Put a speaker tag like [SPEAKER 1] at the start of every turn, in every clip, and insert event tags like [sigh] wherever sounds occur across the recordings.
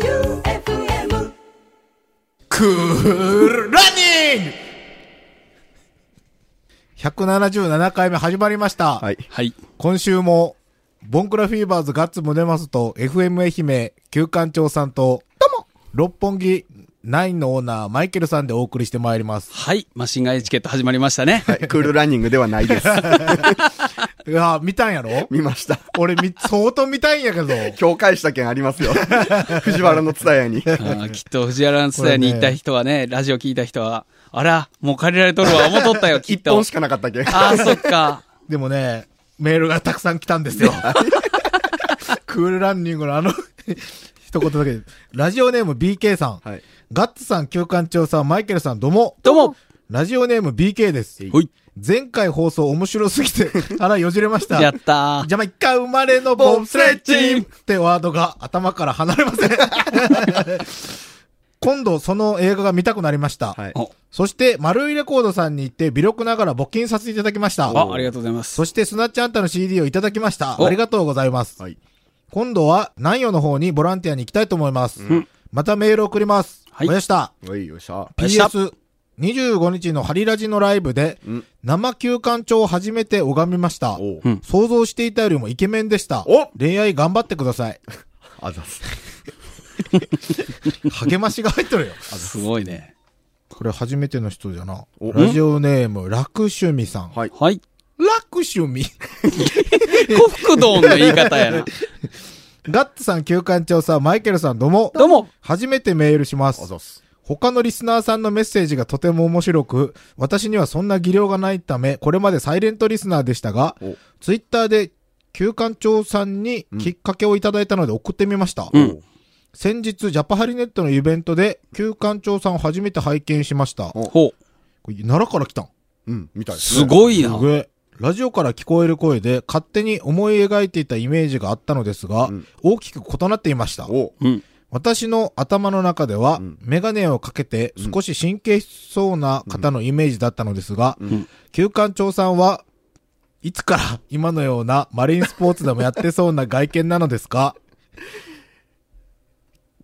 [SPEAKER 1] J-O-E-U-F-M
[SPEAKER 2] クールランニング177回目始まりました。
[SPEAKER 3] はい。
[SPEAKER 4] はい。
[SPEAKER 2] 今週も、ボンクラフィーバーズガッツムネマスと FM 愛媛旧館長さんと、六本木ナインのオーナーマイケルさんでお送りしてまいります。
[SPEAKER 4] はい。マシンガンエチケット始まりましたね。
[SPEAKER 3] はい。クールランニングではないです。
[SPEAKER 2] いやー、見たんやろ
[SPEAKER 3] 見ました。
[SPEAKER 2] 俺
[SPEAKER 3] [laughs]
[SPEAKER 2] み、相当見たいんやけど。
[SPEAKER 3] 境界した件ありますよ。藤原の蔦屋に。
[SPEAKER 4] あーきっと藤原の伝えに行った人はね、ラジオ聞いた人は、あら、もう借りられとるわ、思っとった
[SPEAKER 3] [laughs]
[SPEAKER 4] よ、きっ
[SPEAKER 3] 一
[SPEAKER 4] と。
[SPEAKER 3] 本しかなかったけん。
[SPEAKER 4] ああ、そっか。
[SPEAKER 2] でもね、メールがたくさん来たんですよ。クールランニングのあの、一言だけで。ラジオネーム BK さん。
[SPEAKER 3] はい。
[SPEAKER 2] ガッツさん、旧館長さん、マイケルさん、どうも。
[SPEAKER 4] どうも。
[SPEAKER 2] ラジオネーム BK です。
[SPEAKER 4] ほい。
[SPEAKER 2] 前回放送面白すぎて、 [laughs] 腹よじれました。
[SPEAKER 4] やったー。
[SPEAKER 2] 邪魔一回生まれのボブスレッチンってワードが頭から離れま
[SPEAKER 4] [laughs]
[SPEAKER 2] せん。今度その映画が見たくなりました。
[SPEAKER 3] はい。
[SPEAKER 4] お
[SPEAKER 2] そして、丸いレコードさんに行って、微力ながら募金させていただきました。
[SPEAKER 4] あ、ありがとうございます
[SPEAKER 2] そ。して、スナッチあんたの CD をいただきました。
[SPEAKER 4] お
[SPEAKER 2] ありがとうございます。
[SPEAKER 3] はい。
[SPEAKER 2] 今度は、南予の方にボランティアに行きたいと思います。またメール送ります。
[SPEAKER 4] はい
[SPEAKER 2] おやした。
[SPEAKER 3] おい、よっしゃ。
[SPEAKER 4] よっしゃ
[SPEAKER 2] PS、25日のハリラジのライブで、生休館長を初めて拝みました。
[SPEAKER 3] おう。
[SPEAKER 4] うん
[SPEAKER 2] 想像していたよりもイケメンでした
[SPEAKER 3] お。
[SPEAKER 2] 恋愛頑張ってください。
[SPEAKER 3] あざす。
[SPEAKER 2] 励ましが入ってるよ。
[SPEAKER 4] すごいね。
[SPEAKER 2] これ初めての人じゃな。
[SPEAKER 3] お
[SPEAKER 2] ラジオネーム、楽趣味さん。
[SPEAKER 3] はい
[SPEAKER 4] はい。
[SPEAKER 2] 楽趣味
[SPEAKER 4] 古福堂の言い方やな。
[SPEAKER 2] ガッツさん、休館長さん、マイケルさん、どうも。
[SPEAKER 4] どうも。
[SPEAKER 2] 初めてメールしま
[SPEAKER 3] あ
[SPEAKER 2] す
[SPEAKER 3] ざ。す。
[SPEAKER 2] 他のリスナーさんのメッセージがとても面白く、私にはそんな技量がないため、これまでサイレントリスナーでしたが
[SPEAKER 3] お、
[SPEAKER 2] ツイッターで旧館長さんにきっかけをいただいたので送ってみました。
[SPEAKER 4] うん。
[SPEAKER 2] 先日、ジャパハリネットのイベントで、旧館長さんを初めて拝見しました。
[SPEAKER 3] お
[SPEAKER 4] ほう。
[SPEAKER 2] これ奈良から来たん。
[SPEAKER 3] うん、みたいですね。
[SPEAKER 4] すごい
[SPEAKER 2] す
[SPEAKER 4] な。
[SPEAKER 2] げえ。ラジオから聞こえる声で、勝手に思い描いていたイメージがあったのですが、
[SPEAKER 3] うん
[SPEAKER 2] 大きく異なっていました。
[SPEAKER 3] おう。
[SPEAKER 4] うん。
[SPEAKER 2] 私の頭の中では、
[SPEAKER 3] うん
[SPEAKER 2] メガネをかけて少し神経質そうな方のイメージだったのですが、
[SPEAKER 4] ん
[SPEAKER 2] 旧館長さんはいつから今のようなマリンスポーツでもやってそうな外見なのですか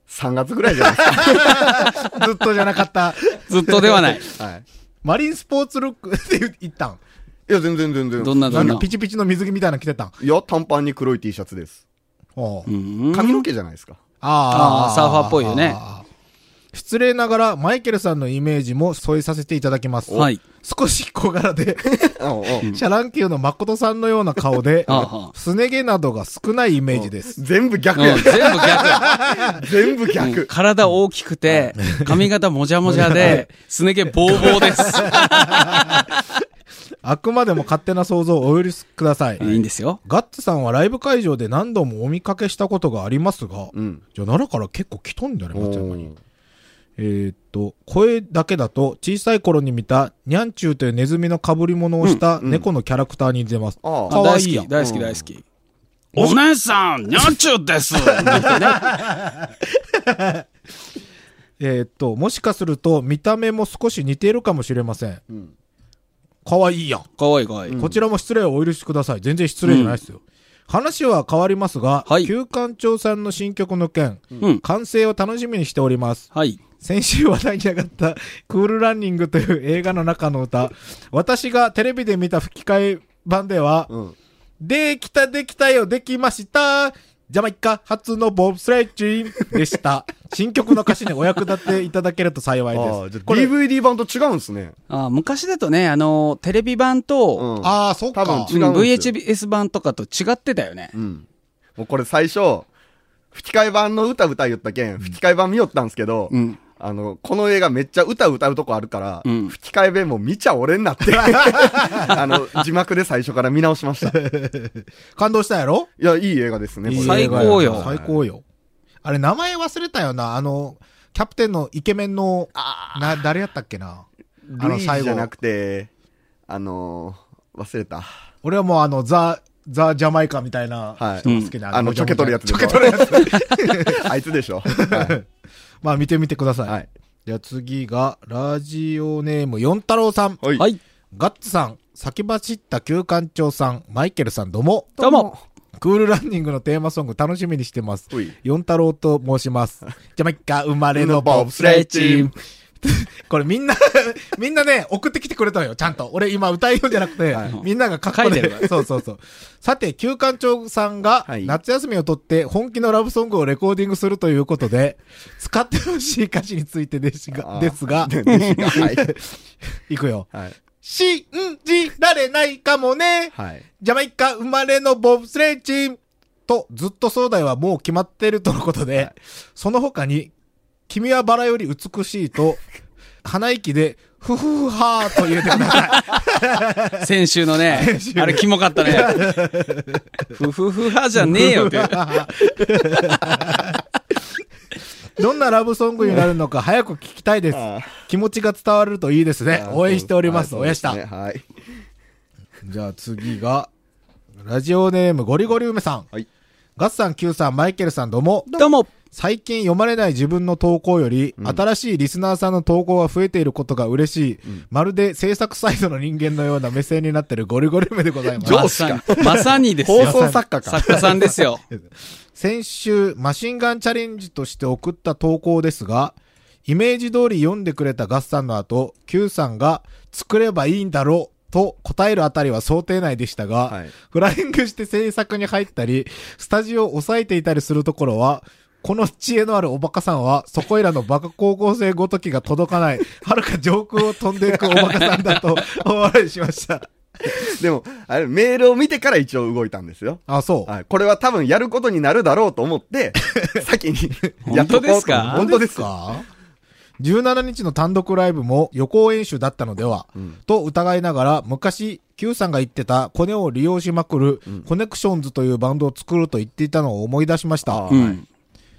[SPEAKER 3] 3月ぐらいじゃないで
[SPEAKER 2] ずっとじゃなかった。
[SPEAKER 4] ずっとではない。
[SPEAKER 3] すか。はい。
[SPEAKER 2] マリンスポーツルックって言ったん。
[SPEAKER 3] いや、全然全然。
[SPEAKER 4] どんな
[SPEAKER 2] な
[SPEAKER 4] ど
[SPEAKER 2] ん
[SPEAKER 4] ん
[SPEAKER 2] か
[SPEAKER 4] な
[SPEAKER 2] ピ。チピチの水着みたいなの着てたん。
[SPEAKER 3] いや、短パンに黒い T シャツです。
[SPEAKER 2] おう
[SPEAKER 4] うん
[SPEAKER 3] 髪の毛じゃないですか。
[SPEAKER 2] あ
[SPEAKER 4] あーサーファーっぽいよね
[SPEAKER 2] あー。失礼ながら、マイケルさんのイメージも添えさせていただきます。
[SPEAKER 4] はい。
[SPEAKER 2] 少し小柄で、
[SPEAKER 3] おうおう
[SPEAKER 2] [laughs] シャラン級の誠さんのような顔で
[SPEAKER 4] あーは、ー
[SPEAKER 2] すね毛などが少ないイメージです。
[SPEAKER 3] 全部逆
[SPEAKER 4] うん、
[SPEAKER 3] や
[SPEAKER 4] 全。部逆や。
[SPEAKER 3] 全部
[SPEAKER 4] うん
[SPEAKER 3] 逆。
[SPEAKER 4] 体大きくて、髪型もじゃもじゃで、すね毛ボーボーです。
[SPEAKER 2] あくまでも勝手な想像をお許しください。
[SPEAKER 4] いいんですよ。
[SPEAKER 2] ガッツさんはライブ会場で何度もお見かけしたことがありますが、
[SPEAKER 3] うん。
[SPEAKER 2] じゃあ奈良から結構来たんだね、松山に。
[SPEAKER 3] おう
[SPEAKER 2] えーっと、声だけだと小さい頃に見たニャンチューというネズミの被り物をした猫のキャラクターに似てます。
[SPEAKER 3] あ
[SPEAKER 4] あ
[SPEAKER 2] 可愛いやん
[SPEAKER 4] 大好き、大好き、大好き。お姉さん、にゃんちゅうです [laughs] なんてね
[SPEAKER 2] えーっと、もしかすると見た目も少し似ているかもしれません。
[SPEAKER 3] ん
[SPEAKER 2] 可愛いやん。
[SPEAKER 4] かわいいかわいい。
[SPEAKER 2] こちらも失礼をお許しください。全然失礼じゃないですよ。話は変わりますが、
[SPEAKER 4] はい
[SPEAKER 2] 旧館長さんの新曲の件、
[SPEAKER 4] うん。
[SPEAKER 2] 完成を楽しみにしております。
[SPEAKER 4] はい。
[SPEAKER 2] 先週話題に上がった「クールランニング」という映画の中の歌私がテレビで見た吹き替え版では「
[SPEAKER 3] うん。
[SPEAKER 2] できたできたよできましたジャマイカ初のボブスレッチン」でした新曲の歌詞にお役立ていただけると幸
[SPEAKER 3] あ
[SPEAKER 2] い
[SPEAKER 3] あ、
[SPEAKER 2] で
[SPEAKER 3] じゃ
[SPEAKER 2] す
[SPEAKER 3] あ
[SPEAKER 2] これ
[SPEAKER 3] DVD 版と違うんすね。
[SPEAKER 4] あ昔だとね、あのーテレビ版
[SPEAKER 3] う
[SPEAKER 4] と、
[SPEAKER 3] ん。
[SPEAKER 2] ああそっか
[SPEAKER 3] 多分
[SPEAKER 4] うん
[SPEAKER 3] 違うんですよ
[SPEAKER 4] VHS 版とかと違ってたよね。
[SPEAKER 3] うん。もうこれ最初、吹き替え版の歌歌いよったけん、吹き替え版見よったんすけど、
[SPEAKER 4] うん。
[SPEAKER 3] あの、この映画めっちゃ歌歌うとこあるから、
[SPEAKER 4] うん
[SPEAKER 3] 吹き替え弁も見ちゃ俺に
[SPEAKER 2] [laughs]
[SPEAKER 3] なって、あの、字幕で最初から見直しました。い
[SPEAKER 2] 感動したやろ
[SPEAKER 3] や、いい映画ですね、こ
[SPEAKER 2] いい
[SPEAKER 3] れ
[SPEAKER 2] 映画やな
[SPEAKER 4] 最高よ
[SPEAKER 2] 最高よあれ名前忘れたよなあのキャプテンのイケメンのな誰やったっけなあ
[SPEAKER 3] ル
[SPEAKER 2] の
[SPEAKER 3] イージじゃなくて、あのー忘れた。
[SPEAKER 2] 俺はもうあのザ・ザ・ジャマイカみたいな
[SPEAKER 3] はい
[SPEAKER 2] 人が好きな、
[SPEAKER 3] あの、ちょけとるやつで
[SPEAKER 2] ち
[SPEAKER 3] し
[SPEAKER 2] ょけ
[SPEAKER 3] ょ。
[SPEAKER 2] とるやつ。
[SPEAKER 3] [laughs] あいつでしょ。は
[SPEAKER 2] まあ見てみてください。
[SPEAKER 3] い。はい。
[SPEAKER 2] じゃあ次が、ラジオネーム、四太郎さん。
[SPEAKER 3] はい
[SPEAKER 4] はい。
[SPEAKER 2] ガッツさん、先走った旧館長さん、マイケルさん、どうも。
[SPEAKER 4] どうも。
[SPEAKER 2] クールランニングのテーマソング楽しみにしてます [laughs]
[SPEAKER 3] ほい。
[SPEAKER 2] 四太郎と申し
[SPEAKER 3] [laughs]
[SPEAKER 2] ます。ジャマイカ生まれのボブスレ
[SPEAKER 4] レ
[SPEAKER 2] ー
[SPEAKER 4] ー
[SPEAKER 2] チ
[SPEAKER 4] チ
[SPEAKER 2] ー
[SPEAKER 4] ー
[SPEAKER 2] ム
[SPEAKER 4] ム。
[SPEAKER 2] これみんな、 [laughs] みんなね、送ってきてくれたのよ、ちゃんと。俺今歌いようんじゃなくて、
[SPEAKER 3] はい
[SPEAKER 2] みんなが書っこ
[SPEAKER 4] 書いて
[SPEAKER 2] で
[SPEAKER 4] る
[SPEAKER 2] [laughs]
[SPEAKER 4] か。
[SPEAKER 2] そうそうそう。さて、旧館長さんが
[SPEAKER 3] はい
[SPEAKER 2] 夏休みを取って本気のラブソングをレコーディングするということで、使ってほしい歌詞についてです
[SPEAKER 3] あ
[SPEAKER 2] が、
[SPEAKER 3] ー
[SPEAKER 2] です
[SPEAKER 3] [laughs]
[SPEAKER 2] が、
[SPEAKER 3] はい。
[SPEAKER 2] いくよ。
[SPEAKER 3] はい。
[SPEAKER 2] [laughs] 信じられないかもね。
[SPEAKER 3] はい。
[SPEAKER 2] ジャマイカ生まれのボブスレーチームと、ずっと壮大はもう決まっているとのことで、その他に、君はバラより美しい
[SPEAKER 4] [laughs]
[SPEAKER 2] と、鼻息で、ふふふはーと言うてくださ
[SPEAKER 4] 先週のね
[SPEAKER 3] [laughs]
[SPEAKER 2] 先、週
[SPEAKER 4] あれキモかったね。ふふふはじゃ [laughs] ねえよって。
[SPEAKER 2] い。 [laughs] どんなラブソングになるのか早く聞きたいです
[SPEAKER 3] あー。
[SPEAKER 2] 気持ちが伝わるといいですね。応援しております。
[SPEAKER 3] はい
[SPEAKER 2] おやした。
[SPEAKER 3] そうですねはい。
[SPEAKER 2] じゃあ次が、ラジオネームゴリゴリ梅さん。
[SPEAKER 3] はい
[SPEAKER 2] ガッサン、キューさん、マイケルさん、どうも。
[SPEAKER 4] どうも。
[SPEAKER 2] 最近読まれない自分の投稿より、
[SPEAKER 3] ん
[SPEAKER 2] 新しいリスナーさんの投稿が増えていることが嬉しい、まるで制作サイドの人間のような目線になってるゴリゴリ目でございます。
[SPEAKER 4] まさに、まさにです
[SPEAKER 3] 放
[SPEAKER 4] よ。
[SPEAKER 3] 送作家か。
[SPEAKER 4] 作家さんで
[SPEAKER 3] [laughs]
[SPEAKER 4] すよ。、
[SPEAKER 2] 先週、マシンガンチャレンジとして送った投稿ですが、イメージ通り読んでくれたガッサンの後、Q さんが作ればいいんだろうと答えるあたりは想定内でしたが、
[SPEAKER 3] はい
[SPEAKER 2] フライングして制作に入ったり、スタジオを抑えていたりするところは、この知恵のあるおバカさんは、そこいらのバカ高校生ごときが届かない、はるか上空を飛んでいくおバカさんだと、お笑いしました。
[SPEAKER 3] でも、あれ、メールを見てから一応動いたんですよ。
[SPEAKER 2] あ、そう。
[SPEAKER 3] はい。これは多分やることになるだろうと思 [laughs] って、先に
[SPEAKER 4] 本当ですか
[SPEAKER 3] 本当ですか
[SPEAKER 2] か17日の単独ライブも予行演習だったのでは、と疑いながら昔 Q さんが言ってたコネを利用しまくる、コネクションズというバンドを作ると言っていたのを思い出しました
[SPEAKER 3] あ
[SPEAKER 4] う
[SPEAKER 3] ー
[SPEAKER 4] ん。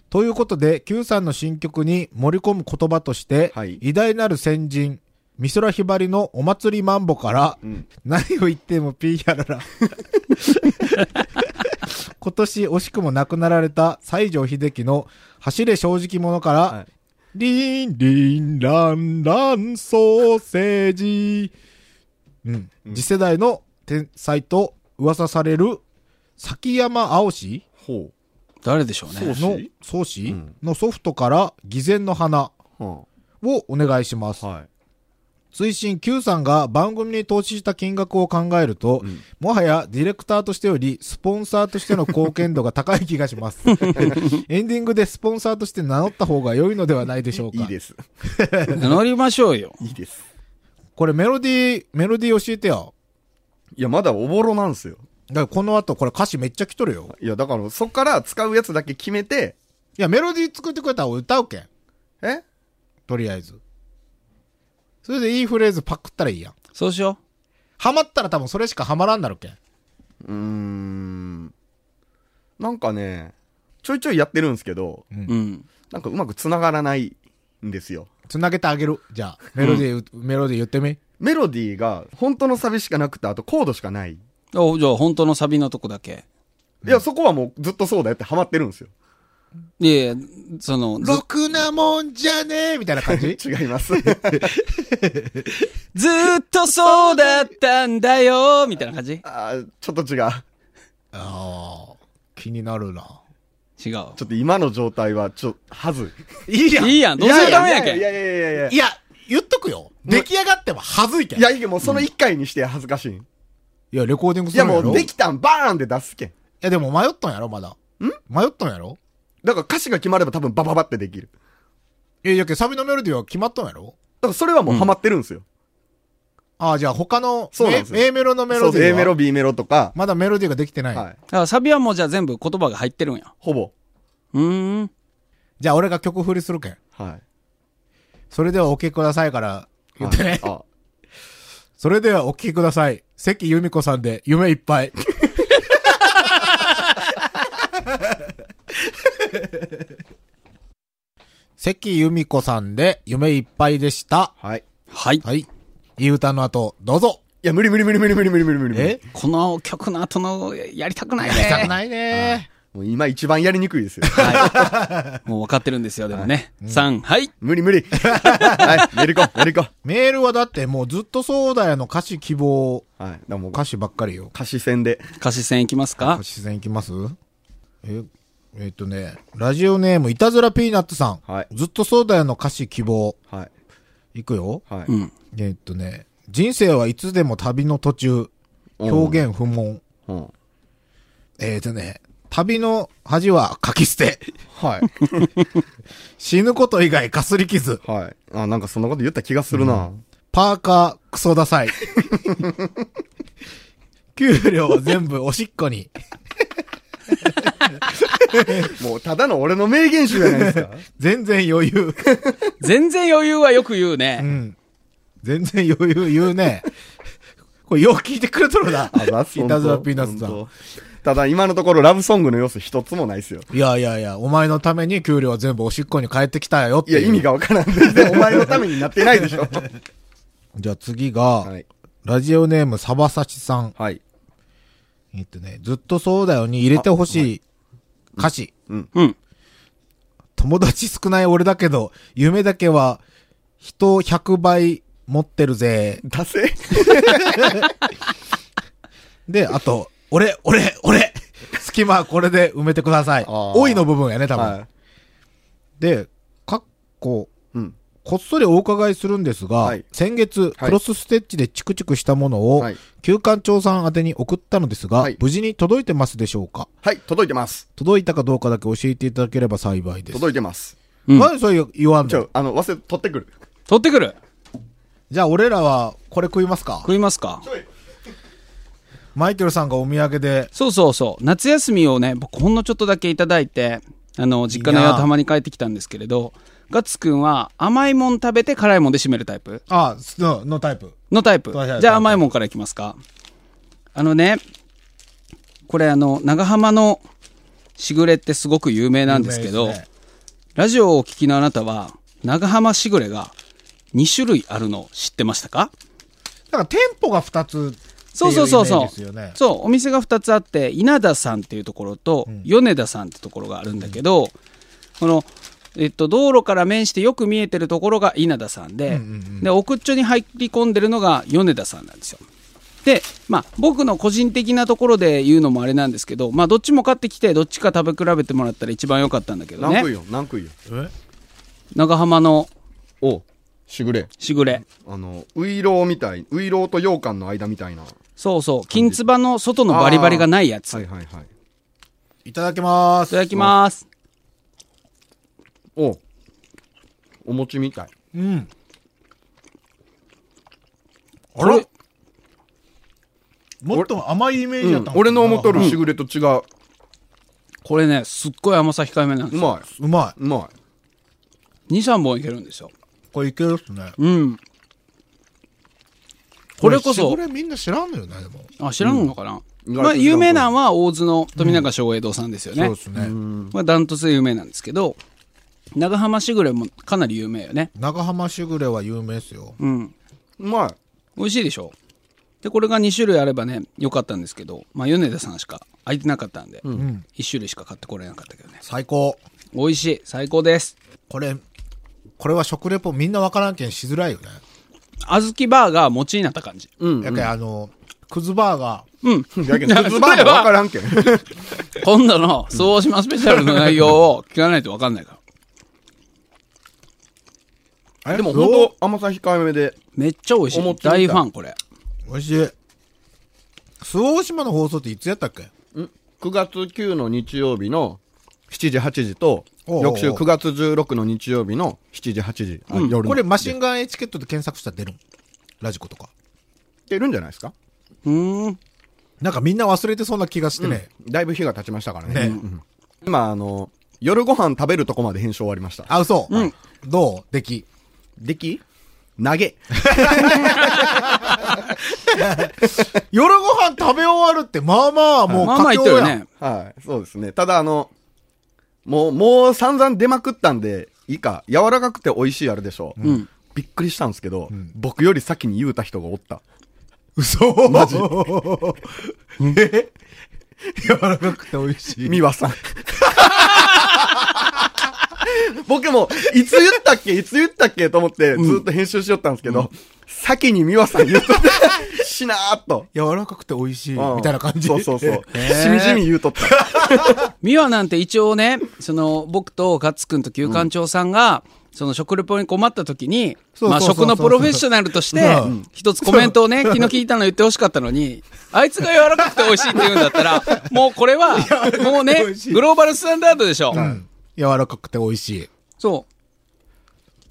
[SPEAKER 2] ということで Q さんの新曲に盛り込む言葉として、
[SPEAKER 3] はい
[SPEAKER 2] 偉大なる先人美空ひばりのお祭りマンボから、
[SPEAKER 3] ん
[SPEAKER 2] 何を言ってもピーやらら [laughs] 今年惜しくも亡くなられた西城秀樹の走れ正直者から、
[SPEAKER 3] はい
[SPEAKER 2] リンリンランランソーセージ。うん。次世代の天才と噂される崎山青氏
[SPEAKER 3] ほ
[SPEAKER 4] 誰でしょうね。
[SPEAKER 2] の
[SPEAKER 3] 氏
[SPEAKER 2] 宗氏
[SPEAKER 3] ん
[SPEAKER 2] のソフトから偽善の花
[SPEAKER 3] う。は
[SPEAKER 2] をお願いします。
[SPEAKER 3] あはい。
[SPEAKER 2] 推進 Q さんが番組に投資した金額を考えると、もはやディレクターとしてよりスポンサーとしての貢献度が高い気がします。
[SPEAKER 3] [laughs]
[SPEAKER 2] エンディングでスポンサーとして名乗った方が良いのではないでしょうか。
[SPEAKER 3] いいです。
[SPEAKER 4] 名乗りましょうよ。
[SPEAKER 3] いいです。
[SPEAKER 2] これメロディー、メロディー教えてよ。
[SPEAKER 3] いや、まだおぼろなんすよ。
[SPEAKER 2] だからこの後これ歌詞めっちゃ来とるよ。
[SPEAKER 3] いや、だから、そっから使うやつだけ決めて、
[SPEAKER 2] いや、メロディー作ってくれたら俺歌うけん。
[SPEAKER 3] え
[SPEAKER 2] とりあえず。それでいいフレーズパクったらいいやん。
[SPEAKER 4] そうしよ
[SPEAKER 2] ハマったら多分それしかハマらんなるけん。
[SPEAKER 3] うーん。なんかね、ちょいちょいやってるんですけど、
[SPEAKER 4] う。うん。
[SPEAKER 3] なんかうまく繋がらないんですよ。
[SPEAKER 2] つなげてあげる。じゃあ、メロディー、メロディー言ってみ。
[SPEAKER 3] メロディーが本当のサビしかなくて、あとコードしかない。い
[SPEAKER 4] おじゃあ、本当のサビのとこだけ。
[SPEAKER 3] や、そこはもうずっとそうだよってハマってるんですよ。
[SPEAKER 4] いやいや、その、ず
[SPEAKER 2] ろくなもんじゃねえみたいな感 [laughs] じ
[SPEAKER 3] 違います。
[SPEAKER 4] ずーっとそうだったんだよみたいな感じ
[SPEAKER 3] あーちょっと違う。
[SPEAKER 2] ああ、気になるな。
[SPEAKER 4] 違う。
[SPEAKER 3] ちょっと今の状態は、ちょ、はず
[SPEAKER 2] いいやん。
[SPEAKER 4] いいやん、どうせダメや
[SPEAKER 3] い。い
[SPEAKER 4] けん。
[SPEAKER 3] やいやいやいやい
[SPEAKER 2] い
[SPEAKER 3] や。
[SPEAKER 2] や、言っとくよ。出来上がってもはずいけん。
[SPEAKER 3] いや、いやもうその一回にして恥ずかしい。
[SPEAKER 2] いやレコーディング
[SPEAKER 3] い
[SPEAKER 2] する
[SPEAKER 3] や、
[SPEAKER 2] んやろ
[SPEAKER 3] もうできたん、バーンって出すけん。
[SPEAKER 2] いや、でも迷ったんやろ、まだ。ん迷ったんやろ
[SPEAKER 3] だから歌詞が決まれば多分バババってできる。
[SPEAKER 2] いや、いやけどサビのメロディーは決まったんやろ
[SPEAKER 3] だからそれはもうハマってるんですよ。
[SPEAKER 2] ああ、じゃあ他の、
[SPEAKER 3] そうなんですよ
[SPEAKER 2] A メロのメ
[SPEAKER 3] そ
[SPEAKER 2] ロ
[SPEAKER 3] う
[SPEAKER 2] ディー
[SPEAKER 3] で
[SPEAKER 2] は
[SPEAKER 3] A メロ、B メロとか、
[SPEAKER 2] まだメロディーができてない。
[SPEAKER 3] はい。
[SPEAKER 4] あサビはもうじゃあ全部言葉が入ってるんや。
[SPEAKER 3] ほぼ。
[SPEAKER 4] うーん。
[SPEAKER 2] じゃあ俺が曲振りするけん。
[SPEAKER 3] はい。
[SPEAKER 2] それではお聴きくださいから言ってね。
[SPEAKER 3] はいあ
[SPEAKER 2] それではお聴きください。関由美子さんで夢いっぱい。 [laughs] 関由美子さんで夢いっぱいでした。
[SPEAKER 3] はい。い
[SPEAKER 4] はい。
[SPEAKER 2] はい。いい歌の後、どうぞ。
[SPEAKER 3] や、無理無理無理無理無理無理無理無理。
[SPEAKER 2] え
[SPEAKER 4] この曲の後のやりたくないね。
[SPEAKER 2] やりたくないね。
[SPEAKER 3] もう今一番やりにく
[SPEAKER 2] [laughs]
[SPEAKER 3] いですよ。
[SPEAKER 4] はい。もう分かってるんですよ、でもね。3、はい。
[SPEAKER 3] 無理無理。はい、メリコ、メリコ。
[SPEAKER 2] メールはだってもうずっとそうだよの歌詞希望、
[SPEAKER 3] はい、だからもう
[SPEAKER 2] 歌詞ばっかりよ。
[SPEAKER 3] 歌詞戦で。
[SPEAKER 4] 歌詞戦いきますか
[SPEAKER 2] 歌詞戦いきますえ、えっとね、ラジオネーム、いたずらピーナッツさん。
[SPEAKER 3] はい
[SPEAKER 2] ずっとそうだよの歌詞希望。
[SPEAKER 3] はい、
[SPEAKER 2] いくよ。
[SPEAKER 3] はい。
[SPEAKER 4] うん。
[SPEAKER 2] えっとね、人生はいつでも旅の途中、
[SPEAKER 3] うん
[SPEAKER 2] 表現不問。
[SPEAKER 3] うん。
[SPEAKER 2] えっとね、旅の恥は書き捨
[SPEAKER 3] [laughs]
[SPEAKER 2] て。
[SPEAKER 3] はい。
[SPEAKER 2] 死ぬこと以外かすり傷。
[SPEAKER 3] はい。あ、なんかそんなこと言った気がするな。
[SPEAKER 2] パーカー、クソダサ
[SPEAKER 3] [laughs]
[SPEAKER 2] い。給料は全部おしっこに。
[SPEAKER 3] もうただの俺の名言集じゃないですか。
[SPEAKER 2] 全然余裕。
[SPEAKER 4] 全然余裕はよく言う
[SPEAKER 2] う
[SPEAKER 4] ね。
[SPEAKER 2] ん。全然余裕言うね。これよう聞いてくれとるな。
[SPEAKER 3] あざっす
[SPEAKER 2] いたずらピーナッツさん
[SPEAKER 3] 本。当ただ今のところラブソングの要素一つもないですよ。
[SPEAKER 2] いやいやいや、お前のために給料は全部おしっこに変えてきたよって
[SPEAKER 3] い
[SPEAKER 2] い
[SPEAKER 3] や、
[SPEAKER 2] う。
[SPEAKER 3] 意味がわからん。全然お前のためになってないで [laughs] しょ。
[SPEAKER 2] じゃあ次が、
[SPEAKER 3] はい。
[SPEAKER 2] ラジオネームサバサシさん。
[SPEAKER 3] はい。
[SPEAKER 2] えっとね、ずっとそうだよに入れてほしい歌詞。
[SPEAKER 4] うん。
[SPEAKER 2] 友達少ない俺だけど、夢だけは人を100倍持ってるぜ。
[SPEAKER 3] ダセ
[SPEAKER 2] で、あと、俺、俺、俺隙間はこれで埋めてください。
[SPEAKER 3] あー
[SPEAKER 2] おいの部分やね、多分。
[SPEAKER 3] は
[SPEAKER 2] で、かっこ、
[SPEAKER 3] い。うん。
[SPEAKER 2] こっそりお伺いするんですが、
[SPEAKER 3] はい
[SPEAKER 2] 先月、
[SPEAKER 3] はい
[SPEAKER 2] クロスステッチでチクチクしたものを、
[SPEAKER 3] はい
[SPEAKER 2] 旧館長さん宛てに送ったのですが、
[SPEAKER 3] はい
[SPEAKER 2] 無事に届いてますでしょうか
[SPEAKER 3] はい、届いてます。
[SPEAKER 2] 届いたかどうかだけ教えていただければ幸いです。
[SPEAKER 3] 届いてます。
[SPEAKER 4] うん
[SPEAKER 2] なんでそういう言わん
[SPEAKER 3] ちょ
[SPEAKER 2] の、
[SPEAKER 3] あの、忘れ、取ってくる。
[SPEAKER 4] 取ってくる。
[SPEAKER 2] じゃあ俺らはこれ食いますか
[SPEAKER 4] 食いますか
[SPEAKER 2] マイケルさんがお土産で、
[SPEAKER 4] そうそうそう。夏休みをね、僕ほんのちょっとだけいただいて、あの、実家の
[SPEAKER 2] いいな
[SPEAKER 4] 横浜に帰ってきたんですけれど、ガッツくんは甘いもん食べて辛いもんで締めるタイプ
[SPEAKER 2] あ、ののタイプ。
[SPEAKER 4] のタイプ
[SPEAKER 2] はいはいは。い
[SPEAKER 4] じゃあ甘いもんからいきますか。あのね、これあの、長浜のしぐれってすごく有名なんですけ
[SPEAKER 2] 有
[SPEAKER 4] ど、
[SPEAKER 2] 名ですね
[SPEAKER 4] ラジオをお聞きのあなたは、長浜しぐれが2種類あるの知ってましたか
[SPEAKER 2] だから店舗が2つってい
[SPEAKER 4] そうそうそう
[SPEAKER 2] イメ
[SPEAKER 4] そ
[SPEAKER 2] ージですよ
[SPEAKER 4] う、
[SPEAKER 2] ね。
[SPEAKER 4] そうお店が2つあって稲田さんっていうところと米田さんってところがあるんだけど、この、えっと、道路から面してよく見えてるところが稲田さんで,、で奥っちょに入り込んでるのが米田さんなんですよ。で、まあ、僕の個人的なところで言うのもあれなんですけど、まあ、どっちも買ってきてどっちか食べ比べてもらったら一番良かったんだけど
[SPEAKER 3] 何食い
[SPEAKER 4] ね
[SPEAKER 3] よ、何食いよ。
[SPEAKER 2] え
[SPEAKER 4] 長浜の
[SPEAKER 3] おしぐれ。
[SPEAKER 4] しぐれ
[SPEAKER 3] あの、ウイローみたい、ウイローと羊羹の間みたいな。は
[SPEAKER 4] そうそう金つばの外のバリバリがないやつ、
[SPEAKER 3] い
[SPEAKER 4] い
[SPEAKER 3] はいはい。
[SPEAKER 2] いただきまーす。
[SPEAKER 4] ただきます
[SPEAKER 3] おお餅みたい。
[SPEAKER 2] うん。あ
[SPEAKER 4] こ
[SPEAKER 2] ら
[SPEAKER 4] れ
[SPEAKER 2] もっと甘いイメージ
[SPEAKER 3] う
[SPEAKER 2] だっ
[SPEAKER 3] ん
[SPEAKER 2] た、
[SPEAKER 3] 俺の思っとる
[SPEAKER 2] うん
[SPEAKER 3] しぐれと違う。
[SPEAKER 4] これねすっごい甘さ控えめなんです
[SPEAKER 3] う
[SPEAKER 4] よ
[SPEAKER 3] まい。
[SPEAKER 2] うまい。
[SPEAKER 3] うま
[SPEAKER 4] 23本いけるんですよ
[SPEAKER 2] これいけるっすね。
[SPEAKER 4] うんこれこそ
[SPEAKER 2] これみんな知らんのよね、でも。
[SPEAKER 4] あ知らんのかな、
[SPEAKER 3] うん
[SPEAKER 4] まあ、有名なのは大津の富永翔英堂さんですよね、
[SPEAKER 2] そうですね。
[SPEAKER 4] まあ、ダントツで有名なんですけど長浜しぐれもかなり有名よね
[SPEAKER 2] 長浜しぐれは有名ですよ。
[SPEAKER 4] うん
[SPEAKER 3] い。うま
[SPEAKER 4] 美味しいでしょでこれが2種類あればねよかったんですけど、まあ、米田さんしか空いてなかったんで、
[SPEAKER 2] うん。
[SPEAKER 4] 1種類しか買ってこれなかったけどね
[SPEAKER 2] 最高。
[SPEAKER 4] 美味しい最高です
[SPEAKER 2] これ、これは食レポみんなわからんけんしづらいよね。
[SPEAKER 4] 小豆バーが餅になった感じ
[SPEAKER 3] い。うん。
[SPEAKER 2] やけんあの、クズバーガ
[SPEAKER 4] うん
[SPEAKER 3] やけ [laughs]
[SPEAKER 4] [laughs]
[SPEAKER 3] ど、つばわから [laughs] んけん。
[SPEAKER 4] 今度の「そうしまスペシャル」の内容を聞かないと分かんないから
[SPEAKER 2] ー。
[SPEAKER 3] でも
[SPEAKER 2] 本
[SPEAKER 3] 本当甘さ控えめで。
[SPEAKER 4] めっちゃ美味し
[SPEAKER 3] 思っ
[SPEAKER 4] い
[SPEAKER 3] てみた
[SPEAKER 4] 大ファンこれ
[SPEAKER 2] 当美味しい。周防大島の放送っていつやったっけ
[SPEAKER 3] ん9月9の日曜日の7時8時と、
[SPEAKER 2] おうおう
[SPEAKER 3] 翌週9月16の日曜日の7時8時、あ夜の
[SPEAKER 2] これマシンガンエチケットで検索したら出るんラジコとか。
[SPEAKER 3] 出るんじゃないですか
[SPEAKER 4] うーん
[SPEAKER 2] なんかみんな忘れてそうな気がしてね。
[SPEAKER 3] だいぶ日が経ちましたからね。
[SPEAKER 2] ね
[SPEAKER 3] うん今、あの、夜ご飯食べるとこまで編集終わりました。
[SPEAKER 2] あ、嘘。どう出来。
[SPEAKER 3] でき投げ。
[SPEAKER 2] 夜ご飯食べ終わるって、まあまあ、もう、
[SPEAKER 4] まあまあ言ってるよ
[SPEAKER 2] 佳境や
[SPEAKER 4] ね
[SPEAKER 2] ん。
[SPEAKER 3] [laughs] はい、そうですね。ただ、あの、もう、もう散々出まくったんで、いいか、柔らかくて美味しいあるでしょう。
[SPEAKER 4] ん
[SPEAKER 3] びっくりしたんですけど、僕よ
[SPEAKER 2] [laughs]
[SPEAKER 3] り先に言うた人がおった。
[SPEAKER 2] 嘘マジ。え柔らかくて美味しい。
[SPEAKER 3] 美和さん。 [laughs] 僕も、いつ言ったっけいつ言ったっけと思って、ずっと編集しよったんですけど、先に美和さん言うとって、 [laughs] しなーっと。
[SPEAKER 2] 柔らかくて美味しい。
[SPEAKER 3] うん
[SPEAKER 2] みたいな感じ。
[SPEAKER 3] そうそうそう。
[SPEAKER 4] へー
[SPEAKER 3] しみじみ言うとった。
[SPEAKER 4] 美和なんて一応ね、その、僕とガッツくんと旧館長さんが、その食レポに困った時に、
[SPEAKER 2] そう
[SPEAKER 4] まあ
[SPEAKER 2] そうそうそう
[SPEAKER 4] 食のプロフェッショナルとして
[SPEAKER 2] うん、
[SPEAKER 4] 一つコメントをね、気の利いたの言ってほしかったのに、あいつが柔らかくて美味しいって言うんだっ
[SPEAKER 2] [laughs]
[SPEAKER 4] たら、もうこれは、もうね
[SPEAKER 2] 美味し、い
[SPEAKER 4] グローバルスタンダードでしょ。
[SPEAKER 2] うん柔らかくて美味しい。
[SPEAKER 4] そ